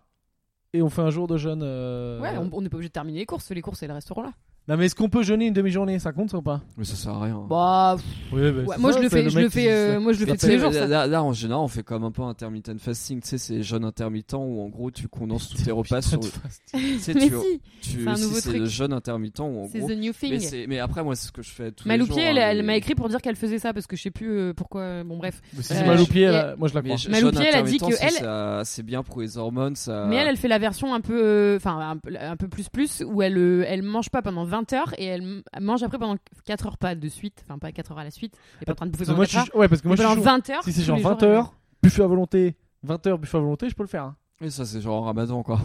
Et on fait un jour de jeûne. euh, Ouais, on on n'est pas obligé de terminer les courses, les courses et le restaurant là. Non, mais est-ce qu'on peut jeûner une demi-journée Ça compte ça, ou pas Mais ça sert à rien. Bah, Oui, ouais, moi, je le fais, je le fais, euh, moi, je le Mais Bah, fais tu tous sais, les jours. là, ça. là- là, en général on fait comme un peu intermittent fasting, tu sais c'est jeûne intermittent où en gros tu condenses tous tes repas sur tu sais, tu- Mais si, tu- c'est un si, nouveau c'est truc. le jeûne intermittent où en c'est gros the new mais, thing. c'est- mais après moi c'est ce que je fais tous Maloupier, les jours. elle, hein, elle m'a mais- écrit pour dire qu'elle faisait ça parce que je sais plus euh, pourquoi. euh, Bon, bref. Mais si Euh, c'est mal au pied, et- là, moi je la Mais crois. je- Maloupier, jeûne elle a dit intermittent, c'est- que elle- ça- c'est bien pour les hormones, Euh. ça. Mais elle, elle fait la version un peu, euh, enfin un peu- un, peu plus plus, où elle, euh, elle mange pas pendant 20 heures et elle m- mange après pendant 4 heures pas de suite, enfin pas 4 heures à la suite. Elle est pas en train de bouffer Ah, Parce que pendant moi, 4 heures. je suis- Ouais, parce que moi Mais je suis pendant chaud. 20 heures. Si c'est tous genre les jours, 20 heures, buffet à volonté, 20 heures, buffet à volonté, je peux le faire. hein. Oui, ça c'est genre en ramadan quoi.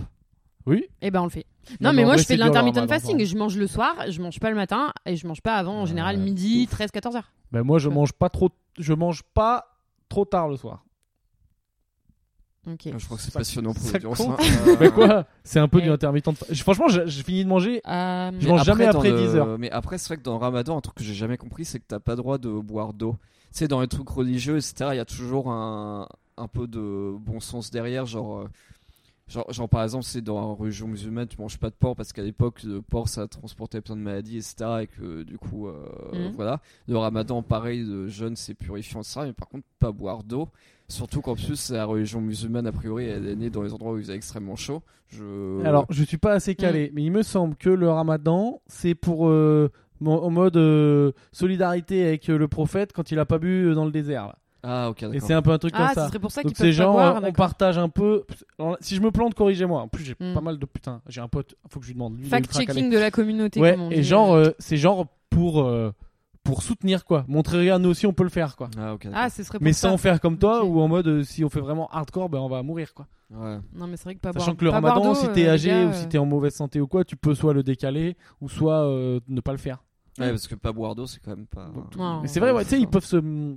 Oui. elle- Eh ben on le fait. Non, mais moi je fais de l'intermittent fasting, je mange le soir, je mange pas le matin et je mange pas avant en Ouais, général de midi, ouf. 13 14 heures. Ben moi je Ouais. mange pas trop, je mange pas trop tard le soir. OK. Euh, Je crois que c'est Ça- passionnant pour ça l'audience. compte. hein. Mais quoi C'est un peu du Et- intermittent. de fa- je- Franchement, je, je finis de manger. Euh, Je mange jamais dans après le- 10 heures. Mais après, c'est vrai que dans le ramadan, un truc que j'ai jamais compris, c'est que t'as pas droit de boire d'eau. Tu sais, dans les trucs religieux, etc., il y a toujours un, un peu de bon sens derrière. Genre, euh, genre, genre, par exemple, c'est dans la religion musulmane, tu manges pas de porc parce qu'à l'époque, le porc ça transportait plein de maladies, etc. Et que du coup, euh, Mhm. voilà. Le ramadan, pareil, le jeûne c'est purifiant, etc. Mais par contre, pas boire d'eau. Surtout qu'en plus, la religion musulmane, a priori, elle est née dans les endroits où il faisait extrêmement chaud. Je... Alors, je suis pas assez calé, Mm. mais il me semble que le ramadan, c'est pour. euh, mon- en mode euh, solidarité avec euh, le prophète quand il a pas bu euh, dans le désert. là. Ah, ok, d'accord. Et c'est un peu un truc Ah, comme ce ça. serait pour ça qu'ils Donc peuvent c'est pas genre, boire, euh, on d'accord. partage un peu. Alors, si je me plante, corrigez-moi. En plus, j'ai Hmm. pas mal de putain. J'ai un pote, faut que je lui demande. Lui, il est ultra calé. Fact-checking de la communauté Ouais. comme on Et dit. genre, euh, c'est genre pour euh, pour soutenir quoi. Montrer regarde nous aussi, on peut le faire quoi. Ah, ok, d'accord. Ah, ce serait pour Mais ça. sans faire comme toi Ok. ou en mode euh, si on fait vraiment hardcore, ben on va mourir quoi. Ouais. Non, mais c'est vrai que pas boire. Sachant que le pas boire Ramadan, d'eau, si t'es euh, les âgé gars, ou si t'es en mauvaise santé ou quoi, tu peux soit le décaler ou soit euh, ne pas le faire. Ouais, parce que pas boire d'eau, c'est quand même pas. Donc, Non. Mm. Mais c'est vrai, ouais, tu sais, ils peuvent se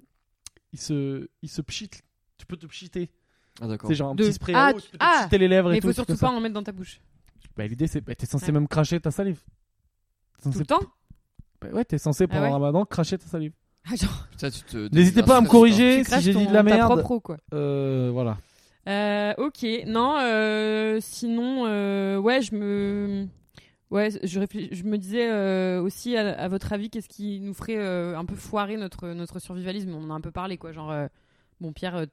ils se ils se pchitent. Tu peux te pchiter. Ah, d'accord. C'est genre un De- petit spray. Ah, en haut, tu peux te ah, pchiter les lèvres Mais et il tout. faut des trucs surtout comme pas ça. en mettre dans ta bouche. Bah, l'idée, c'est. Bah, t'es censé Ouais. même cracher ta salive. T'es Tout censé- le temps Bah ouais, t'es censé pendant Ah ouais. le ramadan cracher ta salive. Ah, genre, Putain, tu te- N'hésitez pas à me tu- corriger tu si craches j'ai dit ton- de la ta merde. propre eau, quoi. Euh, voilà. Euh, ok, non, euh, sinon, euh, ouais, je me. Ouais, je, réfléch- je me disais euh, aussi, à, à votre avis, qu'est-ce qui nous ferait euh, un peu foirer notre, notre survivalisme On en a un peu parlé, quoi. Genre, euh, bon, Pierre, euh,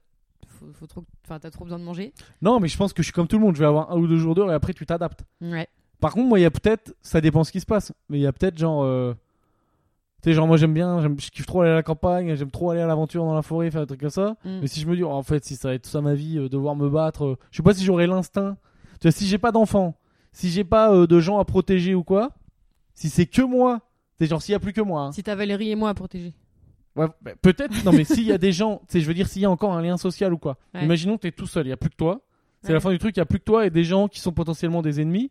faut, faut trop... enfin, t'as trop besoin de manger. Non, mais je pense que je suis comme tout le monde. Je vais avoir un ou deux jours d'heure et après, tu t'adaptes. Ouais. Par contre, moi, il y a peut-être. Ça dépend ce qui se passe. Mais il y a peut-être genre. euh, Tu sais, genre, moi, j'aime bien. j'aime- Je kiffe trop aller à la campagne. J'aime trop aller à l'aventure dans la forêt, faire des trucs comme ça. Mm. Mais si je me dis, oh, en fait, si ça va être ça ma vie, euh, devoir me battre, euh, je sais pas si j'aurai l'instinct. Tu vois, si j'ai pas d'enfants, si j'ai pas euh, de gens à protéger ou quoi, si c'est que moi, c'est genre s'il y a plus que moi. hein. Si t'as Valérie et moi à protéger. Ouais, bah, peut-être. Non, mais s'il y a des gens, tu sais, je veux dire, s'il y a encore un lien social ou quoi. Ouais. Imaginons que t'es tout seul, il y a plus que toi. C'est Ouais. la fin du truc, il y a plus que toi et des gens qui sont potentiellement des ennemis.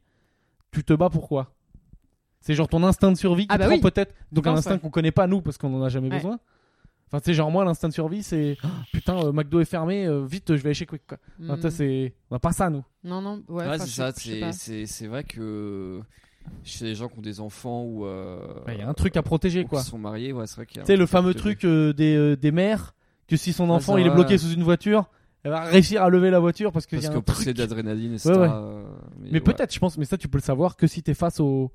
Tu te bats pourquoi C'est genre ton instinct de survie qui Ah bah prend oui. peut-être. Donc Je un pense, instinct ouais. qu'on connaît pas nous parce qu'on en a jamais Ouais. besoin. Enfin, tu sais, genre moi, l'instinct de survie, c'est Ah, putain, euh, McDo est fermé, euh, vite, euh, je vais aller chez Quick. Quoi. Enfin, Hmm. toi, c'est, on a pas ça nous. Non, non, ouais. Ouais, enfin, c'est je- ça, je sais pas. c'est- c'est c'est vrai que chez les gens qui ont des enfants ou. euh, Il y a un truc à protéger ou quoi. Qui sont mariés, ouais, c'est vrai qu'il y a. Tu sais, un le fameux à protéger. truc euh, des, euh, des mères, que si son Ah, enfant ça, il est ouais. bloqué sous une voiture, elle va réussir à lever la voiture parce qu'il y Parce a que un poussé truc. d'adrénaline, etc. ouais. euh, Mais ouais. peut-être, je pense, mais ça tu peux le savoir que si t'es face au,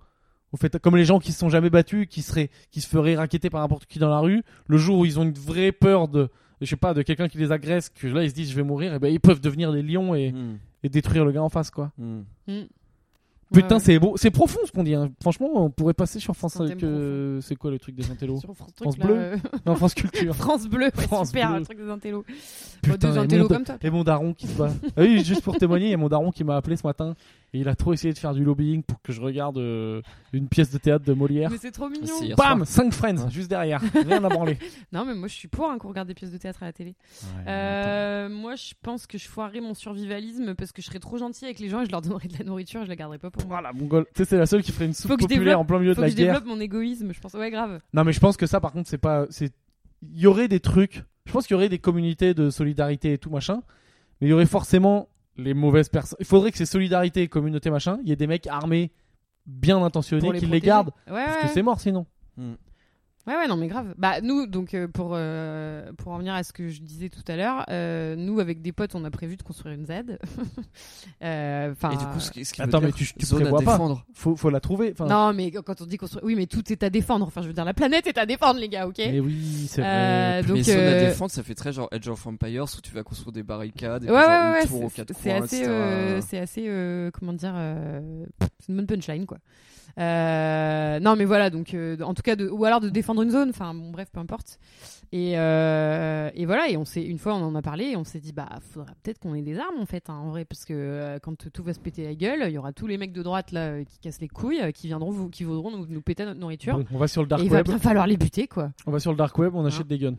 au fait, comme les gens qui se sont jamais battus, qui seraient, qui se feraient raqueter par n'importe qui dans la rue, le jour où ils ont une vraie peur de, je sais pas, de quelqu'un qui les agresse, que là ils se disent je vais mourir, et ben ils peuvent devenir des lions et, Hmm, et détruire le gars en face quoi. hmm. Hmm. Putain, Ouais, ouais. c'est beau, c'est profond ce qu'on dit. hein. Franchement, on pourrait passer sur France C'est un thème avec, euh, c'est quoi le truc des intellos Sur France, France truc, là, Bleu. euh, Non, France Culture. France Bleu, ouais, France super, Bleu. le truc des intellos. Bah, Putain, des et intellos mon da- comme toi. Et mon daron qui se bat. Ah oui, juste pour témoigner, il y a mon daron qui m'a appelé ce matin. Et il a trop essayé de faire du lobbying pour que je regarde euh, une pièce de théâtre de Molière. Mais c'est trop mignon. Si, hier Bam 5 Friends, juste derrière. Rien à branler. Non, mais moi je suis pour hein, qu'on regarde des pièces de théâtre à la télé. Euh, moi je pense que je foirerais mon survivalisme parce que je serais trop gentille avec les gens et je leur donnerais de la nourriture et je la garderais pas pour moi. Voilà, mongol. Tu sais, c'est la seule qui ferait une soupe Faut que je populaire développe- en plein milieu Faut de la que je guerre. développe mon égoïsme, je pense. Ouais, grave. Non, mais je pense que ça, par contre, c'est pas. c'est Il y aurait des trucs. Je pense qu'il y aurait des communautés de solidarité et tout machin. Mais il y aurait forcément les mauvaises personnes. Il faudrait que ces solidarités et communautés machin, il y ait des mecs armés, bien intentionnés, Pour qui les protéger. gardent. Ouais, Parce ouais. que c'est mort sinon. Ouais, ouais, non, mais grave. Bah, nous, donc, euh, pour, euh, pour en venir à ce que je disais tout à l'heure, euh, nous, avec des potes, on a prévu de construire une ZAD. Euh, enfin, Et du coup, ce qui, ce qui veut Attends, dire mais tu, tu zone à prévois pas. défendre. Faut, faut la trouver. Enfin, Non, mais quand on dit construire. Oui, mais tout est à défendre. Enfin, je veux dire, la planète est à défendre, les gars, ok Mais oui, c'est vrai. Euh, Donc, donc, mais zone à euh, défendre, ça fait très genre Edge of Empires où tu vas construire des barricades. Et puis Ouais, ouais, genre ouais, une ouais, tour c'est- aux quatre c'est coins, assez, etc. euh, c'est assez, euh, comment dire, euh, c'est une bonne punchline quoi. Euh, non, mais voilà, donc euh, en tout cas, de, ou alors de défendre une zone, enfin bon, bref, peu importe. Et, euh, et voilà, et on s'est, une fois on en a parlé, et on s'est dit, bah, faudra peut-être qu'on ait des armes en fait, hein, en vrai, parce que euh, quand tout va se péter la gueule, il y aura tous les mecs de droite là euh, qui cassent les couilles, euh, qui viendront, vous, qui voudront nous, nous péter notre nourriture, Bon, on va sur le dark et il va web. bien Ah. falloir les buter quoi. On va sur le dark web. On achète des guns.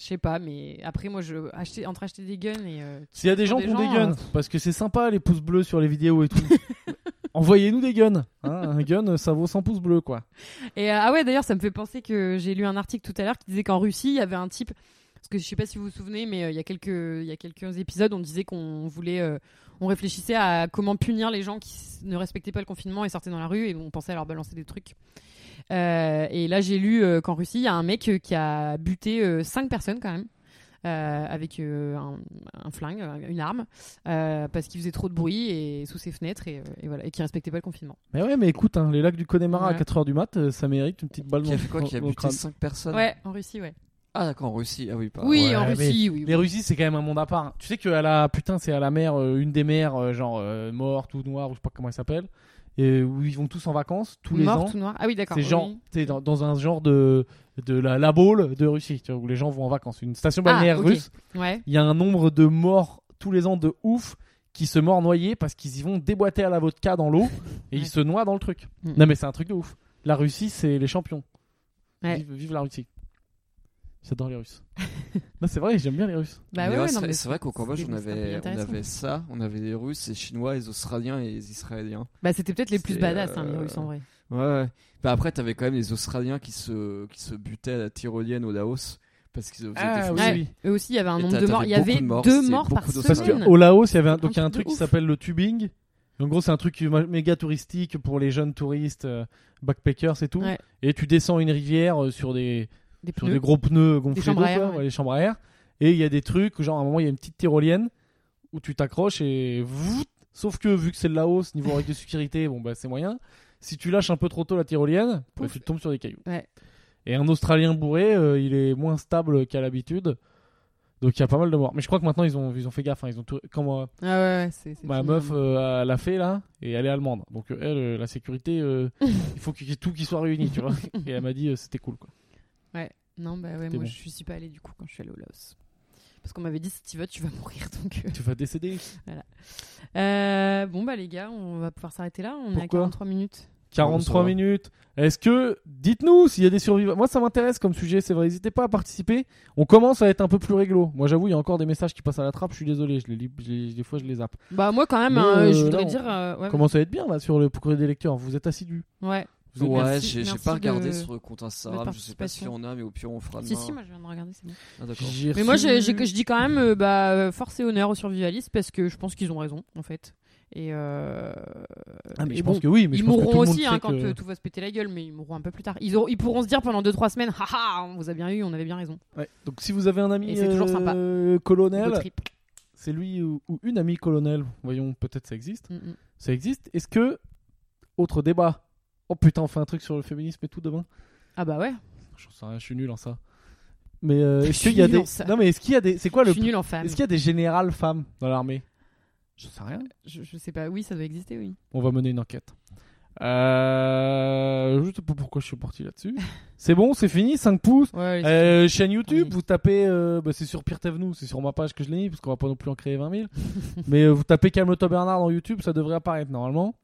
Je sais pas, mais après, moi, je acheter, entre acheter des guns et. euh, S'il y a des gens des qui ont gens, hein. des guns, parce que c'est sympa les pouces bleus sur les vidéos et tout. Envoyez-nous des guns. hein. un gun, ça vaut 100 pouces bleus quoi. Et euh, ah ouais, d'ailleurs, ça me fait penser que j'ai lu un article tout à l'heure qui disait qu'en Russie, il y avait un type. Parce que je sais pas si vous vous souvenez, mais euh, il y a quelques il y a quelques épisodes, on disait qu'on voulait, euh, on réfléchissait à comment punir les gens qui s- ne respectaient pas le confinement et sortaient dans la rue, et on pensait à leur balancer des trucs. Euh, et là, j'ai lu euh, qu'en Russie, il y a un mec euh, qui a buté euh, cinq personnes quand même. euh, avec euh, un, un flingue, euh, une arme, euh, parce qu'il faisait trop de bruit et sous ses fenêtres et, euh, et voilà et qui respectait pas le confinement. Mais ouais, mais écoute, hein, les lacs du Connemara Ouais. à 4h du mat, euh, ça mérite une petite balle Qui dans- a fait quoi dans- Qui a dans le buté crâne. 5 personnes Ouais, en Russie, ouais. Ah, d'accord, en Russie. Ah oui, pardon. Oui, Ouais, en mais Russie, oui. oui. Les Russies, c'est quand même un monde à part. hein. Tu sais que à la putain, c'est à la mer, euh, une des mers, euh, genre euh, morte ou noire, ou je sais pas comment elle s'appelle, et où ils vont tous en vacances tous les Mort, ans. tout noir. Ah oui, d'accord. C'est oui. genre, t'es dans, dans un genre de, de la, la boule de Russie, tu vois, où les gens vont en vacances. Une station Ah, balnéaire ok. russe, Ouais. il y a un nombre de morts tous les ans de ouf qui se meurent noyés parce qu'ils y vont déboîter à la vodka dans l'eau et Ouais. ils se noient dans le truc. Mm. Non mais c'est un truc de ouf. La Russie, c'est les champions. Ouais. Vive, vive la Russie. J'adore les Russes. non, c'est vrai, j'aime bien les Russes. Bah Mais ouais, ouais, ouais, c'est non, vrai- mais c'est vrai qu'au c'est- c'est Cambodge, on des- c'est un pays avait, on intéressant. avait ça, on avait les Russes, les Chinois, les Australiens et les Israéliens. Bah, c'était peut-être les plus C'est, badass, hein, les euh, Russes en vrai. Ouais, ouais. Bah après, t'avais quand même les Australiens qui se, qui se butaient à la tyrolienne au Laos parce qu'ils faisaient Ah des oui, fossiles. oui. Eux aussi, il y avait un Et nombre t'as- de morts. t'avais Il y beaucoup avait de morts, deux c'est morts par beaucoup de- semaine. Parce Parce que qu'au Laos, il y avait un, donc Un il y a un truc truc de qui ouf. s'appelle le tubing. En gros, c'est un truc qui est ma- méga touristique pour les jeunes touristes, euh, backpackers et tout. Ouais. Et tu descends une rivière euh, sur des, Des sur pneus. des gros pneus gonflés, Des chambres d'eau, à air, quoi, ouais. ouais, les chambres à air. Et il y a des trucs, genre à un moment, il y a une petite tyrolienne où tu t'accroches et. voût. Sauf que vu que c'est de la hausse, niveau règle de sécurité, bon bah c'est moyen. Si tu lâches un peu trop tôt la tyrolienne, bah, Pouf. tu tombes sur des cailloux. Ouais. Et un Australien bourré, euh, il est moins stable qu'à l'habitude. Donc il y a pas mal de morts. Mais je crois que maintenant ils ont, ils ont fait gaffe. hein, Ils ont tout... Quand moi, Ah ouais, ouais, c'est. c'est ma fini, meuf hein. euh, l'a fait là, et elle est allemande. Donc euh, elle, euh, la sécurité, euh, il faut qu'il y ait tout qui soit réuni, tu vois. Et elle m'a dit euh, c'était cool quoi. Non, bah ouais, t'es bon. moi je suis pas allée du coup quand je suis allée au Laos. Parce qu'on m'avait dit si tu vas, tu vas mourir. Donc. Tu vas décéder. euh, euh, bon, bah les gars, on va pouvoir s'arrêter là. On est à Pourquoi 43 minutes. 43 va. minutes. Est-ce que, dites-nous s'il y a des survivants. Moi, ça m'intéresse comme sujet, c'est vrai. N'hésitez pas à participer. On commence à être un peu plus réglo. Moi, j'avoue, il y a encore des messages qui passent à la trappe. Je suis désolé, je les lis, je les- des fois, je les zappe. Bah, moi, quand même, Mais, hein, euh, je voudrais non. dire. euh, ouais, Commence à être bien là sur le courrier des lecteurs. Vous êtes assidus. ouais. Vous êtes- Ouais, Merci- j'ai j'ai merci pas regardé de- sur le compte Instagram. Je sais pas si participation. on a, mais au pire on fera Si, demain. si, moi, je viens de regarder, c'est bon. Ah, d'accord. J'ai Mais moi, reçu- je, je- que je dis quand même euh, bah, euh, force et honneur aux survivalistes parce que je pense qu'ils ont raison, en fait. Et, euh, Ah, mais et je bon, pense que oui, mais je ils pense que tout mourront le monde aussi hein, sait quand que- euh, tout va se péter la gueule, mais ils mourront un peu plus tard. Ils, auront- ils pourront se dire pendant 2-3 semaines Haha, on vous a bien eu, on avait bien raison. Ouais. Donc si vous avez un ami Et c'est toujours sympa. euh, Beau colonel, trip. c'est lui ou, ou une amie colonel. Voyons, peut-être ça existe. Mm, mm. Ça existe. Est-ce que autre débat Oh putain, on fait un truc sur le féminisme et tout demain. Ah bah ouais, Je sais rien, je suis nul en ça. Mais euh, Je est-ce suis qu'il y a nul des en ça. Non mais est-ce qu'il y a des c'est quoi je le suis nulle en femme. Est-ce qu'il y a des générales femmes dans l'armée Je sais rien. Je, je sais pas, oui, ça doit exister, oui. On va mener une enquête. Euh... Je sais pas pourquoi je suis parti là-dessus. c'est bon, c'est fini, 5 pouces. Ouais, Euh, chaîne YouTube, Oui. vous tapez, euh, bah, c'est sur Pirtevnou, c'est sur ma page que je l'ai mis, parce qu'on va pas non plus en créer 20 000. Mais euh, vous tapez Calme-toi Bernard dans YouTube, ça devrait apparaître normalement.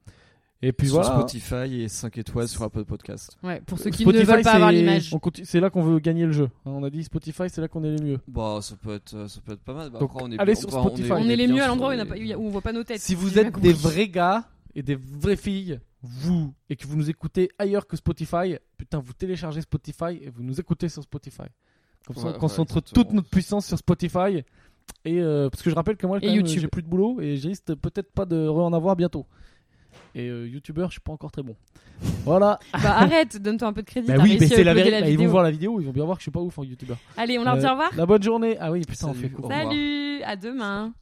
Et puis sur voilà. Spotify et 5 étoiles sur Apple Podcast. ouais, pour ceux qui Spotify, ne veulent pas avoir c'est- l'image. on continue- C'est là qu'on veut gagner le jeu. hein. On a dit Spotify, c'est là qu'on est les mieux. Bah, ça peut être, ça peut être pas mal. Bah, Donc, après, on est allez bien- sur enfin, on est- Spotify. On, est les bien mieux à sur l'endroit où, il y en a les- pas- où on voit pas nos têtes. Si j'ai vous bien êtes des compris. vrais gars et des vraies filles, vous, et que vous nous écoutez ailleurs que Spotify, putain, vous téléchargez Spotify et vous nous écoutez sur Spotify. Comme ça, Ouais, on ouais, concentre exactement. toute notre puissance sur Spotify. Et euh, parce que je rappelle que moi, Et quand même, YouTube. j'ai plus de boulot et j'ai risque peut-être pas de re en avoir bientôt. Et euh, youtubeur, je suis pas encore très bon. Voilà. Bah arrête, donne-toi un peu de crédit. Bah t'as oui, réussi mais à c'est la uploader vérité. la Bah, ils vont vidéo. voir la vidéo, ils vont bien voir que je suis pas ouf en youtubeur. Allez, on leur Euh, dit au revoir. La bonne journée. Ah oui, putain, on fait Salut. quoi au revoir. Salut, à demain.